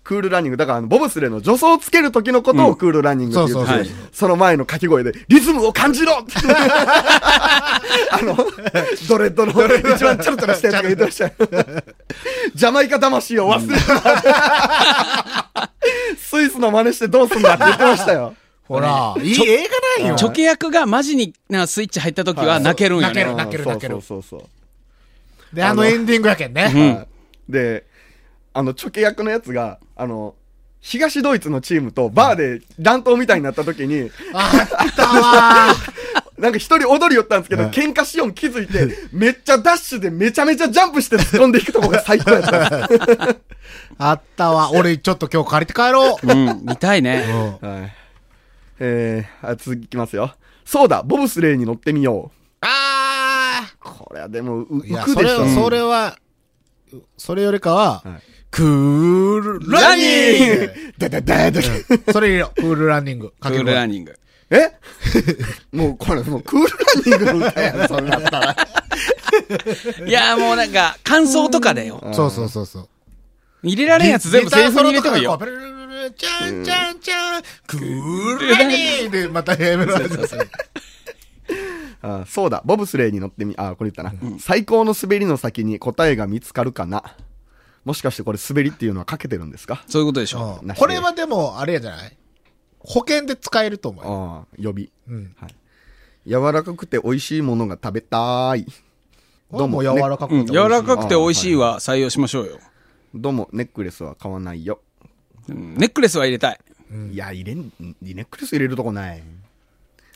[SPEAKER 3] クールランニング。だから、あのボブスレーの助走をつける時のことをクールランニングって言
[SPEAKER 2] そううそう
[SPEAKER 4] そう
[SPEAKER 3] て、その前の掛け声で、リズムを感じろ [laughs] あの、ドレッドの一番チャルチャラしたやつが言ってましたよ。ジャマイカ魂を忘れた。 [laughs] スイスの真似してどうすんだって言ってましたよ。
[SPEAKER 2] ほら、いい映画なんよ。
[SPEAKER 4] チョケ役がマジになスイッチ入った時は泣けるんよ
[SPEAKER 2] 泣け
[SPEAKER 4] ね
[SPEAKER 2] る。泣ける
[SPEAKER 3] そう
[SPEAKER 2] 泣ける
[SPEAKER 3] そうそうそう。
[SPEAKER 2] で、あのエンディングやけんね。
[SPEAKER 3] はいで、あの、チョケ役のやつが、あの、東ドイツのチームとバーで乱闘みたいになった時に、
[SPEAKER 2] ああったわー。
[SPEAKER 3] なんか一人踊り寄ったんですけど、喧嘩しように気づいて、 [laughs] めっちゃダッシュでめちゃめちゃジャンプして突っ込んでいくとこが最高やった。
[SPEAKER 2] あったわ。俺、ちょっと今日借りて帰ろう。
[SPEAKER 4] うん。見たいね。
[SPEAKER 2] うん [laughs]
[SPEAKER 3] はい。 [laughs] えー、あ続きいきますよ。そうだ、ボブスレーに乗ってみよう。
[SPEAKER 2] ああ
[SPEAKER 3] これはでも、う
[SPEAKER 2] いや、
[SPEAKER 3] 浮く
[SPEAKER 2] そ
[SPEAKER 3] で
[SPEAKER 2] れ
[SPEAKER 3] しょ。
[SPEAKER 2] は、それは、それよりかは、
[SPEAKER 3] はい
[SPEAKER 2] クールランニング
[SPEAKER 3] だだだだ
[SPEAKER 2] それ入れ [laughs] よう。クールランニング。
[SPEAKER 4] ク
[SPEAKER 2] かけ
[SPEAKER 4] ー
[SPEAKER 2] 声
[SPEAKER 4] ルランニング。
[SPEAKER 3] えもうこれ、もうクールランニングの歌や
[SPEAKER 2] [laughs]
[SPEAKER 3] ん、そんなったら。
[SPEAKER 4] いや、もうなんか、感想とかだよ。
[SPEAKER 2] そうそうそうそう。
[SPEAKER 4] 入れられんやつ全部セリフに入れてもいいよ。
[SPEAKER 2] ギターソロとかがこう。ペルルルルルチャンチャンチャン、クールランニングで、またやめろ。
[SPEAKER 3] あそうだ、ボブスレーに乗ってみ、あこれ言ったな、最高の滑りの先に答えが見つかるかな。もしかしてこれ滑りっていうのはかけてるんですか
[SPEAKER 4] そういうことでしょ。
[SPEAKER 2] うん
[SPEAKER 3] なしで
[SPEAKER 2] これはでも、あれやじゃない保険で使えると思うよ。
[SPEAKER 3] ああ、予備。
[SPEAKER 2] うん。
[SPEAKER 3] はい。柔らかくて美味しいものが食べたーい。ど
[SPEAKER 2] ど
[SPEAKER 3] う
[SPEAKER 2] うも
[SPEAKER 3] もね
[SPEAKER 2] 柔らかくて
[SPEAKER 4] う
[SPEAKER 2] 美
[SPEAKER 4] ん、
[SPEAKER 2] 味しい
[SPEAKER 4] 柔らかくて美味しいは採用しましょうよ。
[SPEAKER 3] どうも、ネックレスは買わないよ。
[SPEAKER 4] うん、ネックレスは入れたい。
[SPEAKER 3] いや、入れん、ネックレス入れるとこない。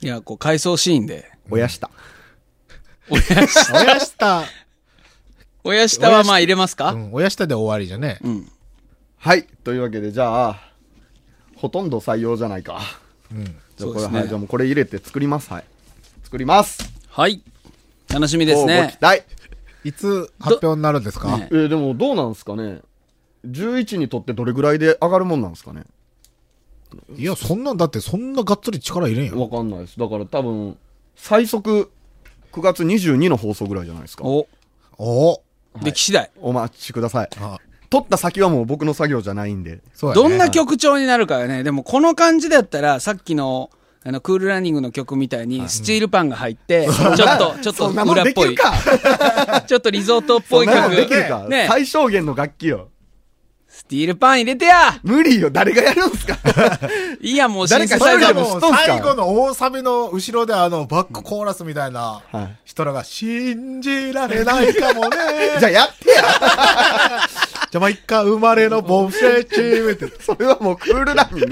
[SPEAKER 4] いや、こう、回想シーンで。
[SPEAKER 3] 親下。
[SPEAKER 4] おやし、
[SPEAKER 2] 親下、
[SPEAKER 4] 親下はまあ入れますか、
[SPEAKER 2] うん、親下で終わりじゃね。
[SPEAKER 4] うん。
[SPEAKER 3] はい。というわけで、じゃあ、ほとんど採用じゃないか。
[SPEAKER 2] うん。
[SPEAKER 3] じゃあ
[SPEAKER 4] そう
[SPEAKER 3] これ、
[SPEAKER 4] ですね
[SPEAKER 3] はい。じゃあもうこれ入れて作ります。はい。作ります。
[SPEAKER 4] はい。楽しみです
[SPEAKER 3] 乞うご
[SPEAKER 4] ね
[SPEAKER 3] 期。待。
[SPEAKER 2] いつ発表になるんですか、
[SPEAKER 4] ね
[SPEAKER 3] えーでもどうなんですかね。11にとってどれぐらいで上がるもんなんですかね。
[SPEAKER 2] いや、そんなんだって、そんながっつり力入れんやん。
[SPEAKER 3] わかんないです。だから多分、最速、9月22の放送ぐらいじゃないですか。
[SPEAKER 4] お、
[SPEAKER 2] お
[SPEAKER 4] 出来次第。
[SPEAKER 3] お待ちください。
[SPEAKER 2] あ、
[SPEAKER 3] 撮った先はもう僕の作業じゃないんで。
[SPEAKER 2] そうや、ね。
[SPEAKER 4] どんな曲調になるかよね。でも、この感じだったら、さっきの、あの、クールランニングの曲みたいに、スチールパンが入って、ちょっと、ちょっ
[SPEAKER 3] そんな
[SPEAKER 4] と
[SPEAKER 3] もん
[SPEAKER 4] 裏っ
[SPEAKER 3] でき
[SPEAKER 4] ぽ
[SPEAKER 3] る
[SPEAKER 4] い、
[SPEAKER 3] か
[SPEAKER 4] ちょっとリゾートっぽ
[SPEAKER 3] そ
[SPEAKER 4] い
[SPEAKER 3] んなも
[SPEAKER 4] 曲
[SPEAKER 3] んできるか、
[SPEAKER 4] ね。
[SPEAKER 3] 最小限の楽器よ。
[SPEAKER 4] スティールパン入れてや
[SPEAKER 3] 無理よ。誰がやるん
[SPEAKER 4] [laughs]
[SPEAKER 3] すか
[SPEAKER 4] いいや、もうシ
[SPEAKER 3] 誰
[SPEAKER 4] ン
[SPEAKER 3] か
[SPEAKER 4] セ
[SPEAKER 2] そ
[SPEAKER 4] サイ
[SPEAKER 2] れ
[SPEAKER 4] ザ
[SPEAKER 2] で
[SPEAKER 4] ーも。
[SPEAKER 2] も、最後の大サビの後ろであの、バックコーラスみたいな
[SPEAKER 3] はい
[SPEAKER 2] 人らが、信じられないかもね。
[SPEAKER 3] [laughs] じゃあやってや
[SPEAKER 2] ジャマイカ生まれのボブセチームって。
[SPEAKER 3] それはもうクールランニン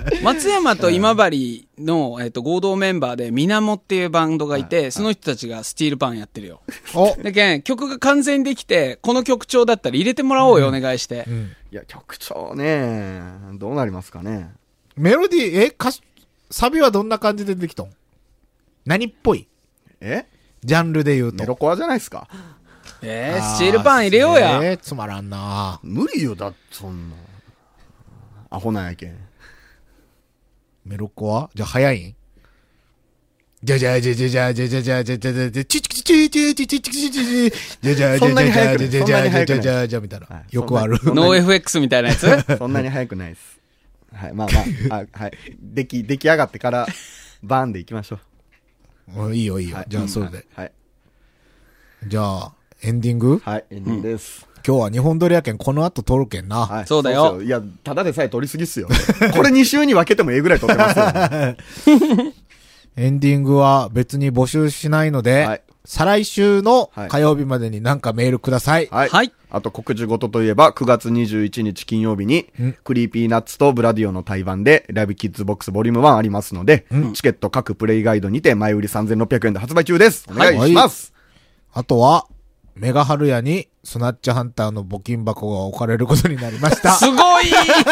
[SPEAKER 3] グです。
[SPEAKER 4] 松山と今治の、えっと、合同メンバーで、みなもっていうバンドがいて、その人たちがスティールパンやってるよ。
[SPEAKER 2] お
[SPEAKER 4] だけん、曲が完全にできて、この曲調だったら入れてもらおうよ、お願いして。
[SPEAKER 3] いや、曲調ね。どうなりますかね。
[SPEAKER 2] メロディー、え、歌詞、サビはどんな感じでできたん何っぽい
[SPEAKER 3] え
[SPEAKER 2] ジャンルで言う
[SPEAKER 3] メ
[SPEAKER 2] と。
[SPEAKER 3] ロコアじゃないですか。
[SPEAKER 4] えー、スチールパン入れよ
[SPEAKER 2] あ
[SPEAKER 4] う
[SPEAKER 2] ーすげ
[SPEAKER 4] や。
[SPEAKER 2] えつまらんな
[SPEAKER 3] 無理よ。だってそんな。アホなんや [laughs] けん。
[SPEAKER 2] メロコアじゃあ早いんじゃじゃじゃじゃじゃじゃじゃじゃじゃじゃじゃじゃチチチチチチチチチチチじゃじゃじゃじゃじゃじゃじゃじゃじゃじゃじゃじゃみたいな。よくある。
[SPEAKER 4] ノー FX みたいなやつ
[SPEAKER 3] そんなに早くないです。はい、まあまあ、あはい。出来、出来上がってから、バーンでいきましょ。
[SPEAKER 2] うんいいよいいう
[SPEAKER 3] は
[SPEAKER 2] よ
[SPEAKER 3] い。。
[SPEAKER 2] じゃあそれで。
[SPEAKER 3] はい。
[SPEAKER 2] じゃあ、エンディング
[SPEAKER 3] はい、エンディングです。
[SPEAKER 2] 今日は日本撮りやけんこの後撮るけんな。
[SPEAKER 3] はい。
[SPEAKER 4] そうだよ
[SPEAKER 3] っすいや、ただでさえ取りすぎっすよ。 [laughs] これ2週に分けてもええぐらい取って
[SPEAKER 4] [laughs]
[SPEAKER 3] ますよ。は
[SPEAKER 2] エンディングは別に募集しないので、
[SPEAKER 3] はい
[SPEAKER 2] 再来週の
[SPEAKER 3] はい
[SPEAKER 2] 火曜日までになんかメールください。
[SPEAKER 3] い。
[SPEAKER 4] はい
[SPEAKER 3] あと、告知事といえば、9月21日金曜日に、クリーピーナッツとブラディオの対バンで、ライブキッズボックスボリューム1ありますので、チケット各プレイガイドにて、前売り3600円で発売中です。お願いします。
[SPEAKER 2] あとは、メガハルヤにスナッチハンターの募金箱が置かれることになりました
[SPEAKER 4] す。ごい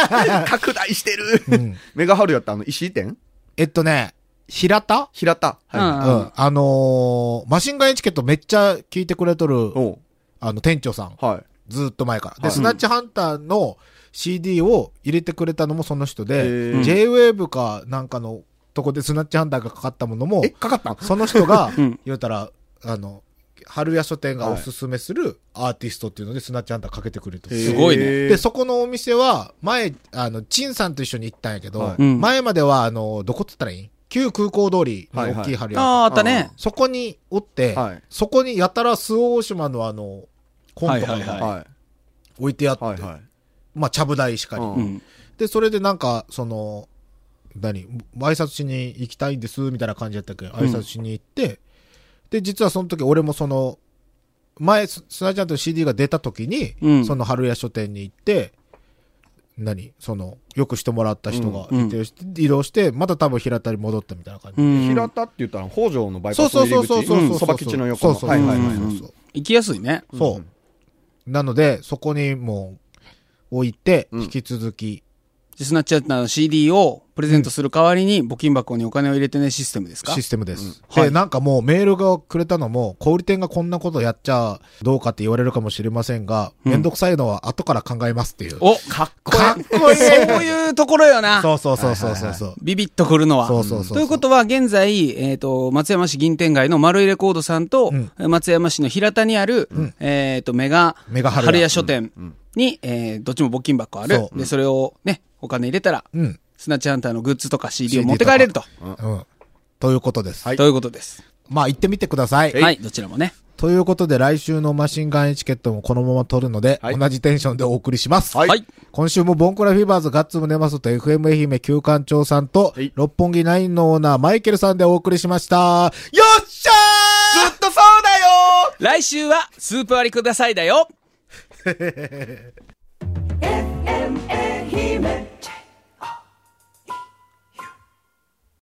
[SPEAKER 3] [laughs] 拡大してる。メガハルやったあの、石井店
[SPEAKER 2] えっとね、平田
[SPEAKER 3] 平田。
[SPEAKER 4] う
[SPEAKER 2] うんん。あのーマシンガンエチケットめっちゃ聞いてくれとる、
[SPEAKER 3] おう
[SPEAKER 2] あの、店長さん。
[SPEAKER 3] はい。
[SPEAKER 2] ずーっと前から。で、
[SPEAKER 3] はい
[SPEAKER 2] スナッチハンターの CD を入れてくれたのもその人
[SPEAKER 3] へ
[SPEAKER 2] で、
[SPEAKER 3] ー
[SPEAKER 2] JWAVE かなんかのとこでスナッチハンターがかかったものも
[SPEAKER 3] え、、かかったん
[SPEAKER 2] その人
[SPEAKER 3] [laughs]
[SPEAKER 2] が
[SPEAKER 4] ん、
[SPEAKER 2] 言うたら、あの、春屋書店がおすすめするアーティストっていうので、スナッチハンターかけてくれたんです
[SPEAKER 4] す
[SPEAKER 2] よ。
[SPEAKER 4] ごいね
[SPEAKER 3] へー
[SPEAKER 2] で、そこのお店は、前、あの、陳さんと一緒に行ったんやけど
[SPEAKER 3] は、
[SPEAKER 4] いうん
[SPEAKER 2] 前までは、あの、どこっつったらいい旧空港通りに大きい春屋。
[SPEAKER 4] [laughs] あーあったね。
[SPEAKER 2] そこにおって
[SPEAKER 3] はい、
[SPEAKER 2] そこにやたら周防大島のあの、コント
[SPEAKER 4] はいはい
[SPEAKER 2] が
[SPEAKER 3] は
[SPEAKER 2] 置いてあっ
[SPEAKER 3] い。はい
[SPEAKER 2] て、
[SPEAKER 3] はい。
[SPEAKER 2] まあ、ちゃぶ台しかり。
[SPEAKER 3] うん
[SPEAKER 4] うん。
[SPEAKER 2] で、それでなんか、その、何、挨拶しに行きたいんです、みたいな感じやったっけ挨拶しに行って、で、実はその時俺もその、前、すなちゃんと CD が出た時に、
[SPEAKER 4] うん
[SPEAKER 2] その春屋書店に行って、何その、よくしてもらった人が
[SPEAKER 4] うん
[SPEAKER 2] 移動して、移動してまた多分平田に戻ったみたいな感じ。
[SPEAKER 4] うん
[SPEAKER 3] 平田って言ったら北条のバイパ
[SPEAKER 2] そう
[SPEAKER 3] スの
[SPEAKER 2] そうそ
[SPEAKER 3] 入
[SPEAKER 2] う
[SPEAKER 3] り
[SPEAKER 2] そうそうそう。
[SPEAKER 3] 口そば基地の横の
[SPEAKER 2] そうそう
[SPEAKER 3] はい
[SPEAKER 2] そう
[SPEAKER 3] は
[SPEAKER 2] そう
[SPEAKER 3] い
[SPEAKER 2] そうそ
[SPEAKER 3] はい
[SPEAKER 2] う
[SPEAKER 4] うん行きやすいね。
[SPEAKER 2] そう。なので、そこにもう、置いて、
[SPEAKER 3] うん
[SPEAKER 2] 引き続き、
[SPEAKER 4] スナッチャーの CD をプレゼントする代わりに、募金箱にお金を入れてねシステムですか
[SPEAKER 2] システムです。
[SPEAKER 4] うんはい
[SPEAKER 2] で、なんかもうメールがくれたのも、小売店がこんなことやっちゃどうかって言われるかもしれませんが、
[SPEAKER 4] うん
[SPEAKER 2] めんどくさいのは後から考えますっていう。
[SPEAKER 4] お
[SPEAKER 3] かっこ
[SPEAKER 2] かっこいい
[SPEAKER 4] そういうところよな。
[SPEAKER 2] そうそうそうそうそうそう。
[SPEAKER 4] ビビッとくるのは。
[SPEAKER 2] そうそうそうそう。
[SPEAKER 4] ということは、現在、えっ、と、松山市銀天街の丸井レコードさんと、松山市の平田にある、えっ、と、メガ、
[SPEAKER 2] メガ春屋
[SPEAKER 4] 春屋書店に、えーどっちも募金箱ある。
[SPEAKER 2] そう
[SPEAKER 4] で、それをね、お金入れたら、
[SPEAKER 2] うん。
[SPEAKER 4] スナッチハンターのグッズとか CD を持って帰れると。
[SPEAKER 2] うん。ということです。
[SPEAKER 3] はい
[SPEAKER 4] ということです。
[SPEAKER 2] まあ、行ってみてください。
[SPEAKER 4] はい、どちらもね。
[SPEAKER 2] ということで来週のマシンガンエチケットもこのまま撮るので、
[SPEAKER 3] はい
[SPEAKER 2] 同じテンションでお送りします。
[SPEAKER 3] はい
[SPEAKER 4] はい。
[SPEAKER 2] 今週もボンクラフィーバーズガッツムネマソと FM 愛媛旧館長さんと、
[SPEAKER 3] はい
[SPEAKER 2] 六本木ナインのオーナーマイケルさんでお送りしました。
[SPEAKER 4] よっしゃ
[SPEAKER 3] ずっとそうだよー
[SPEAKER 4] ー来週はスープ割りくださいだよ
[SPEAKER 1] FME Hime.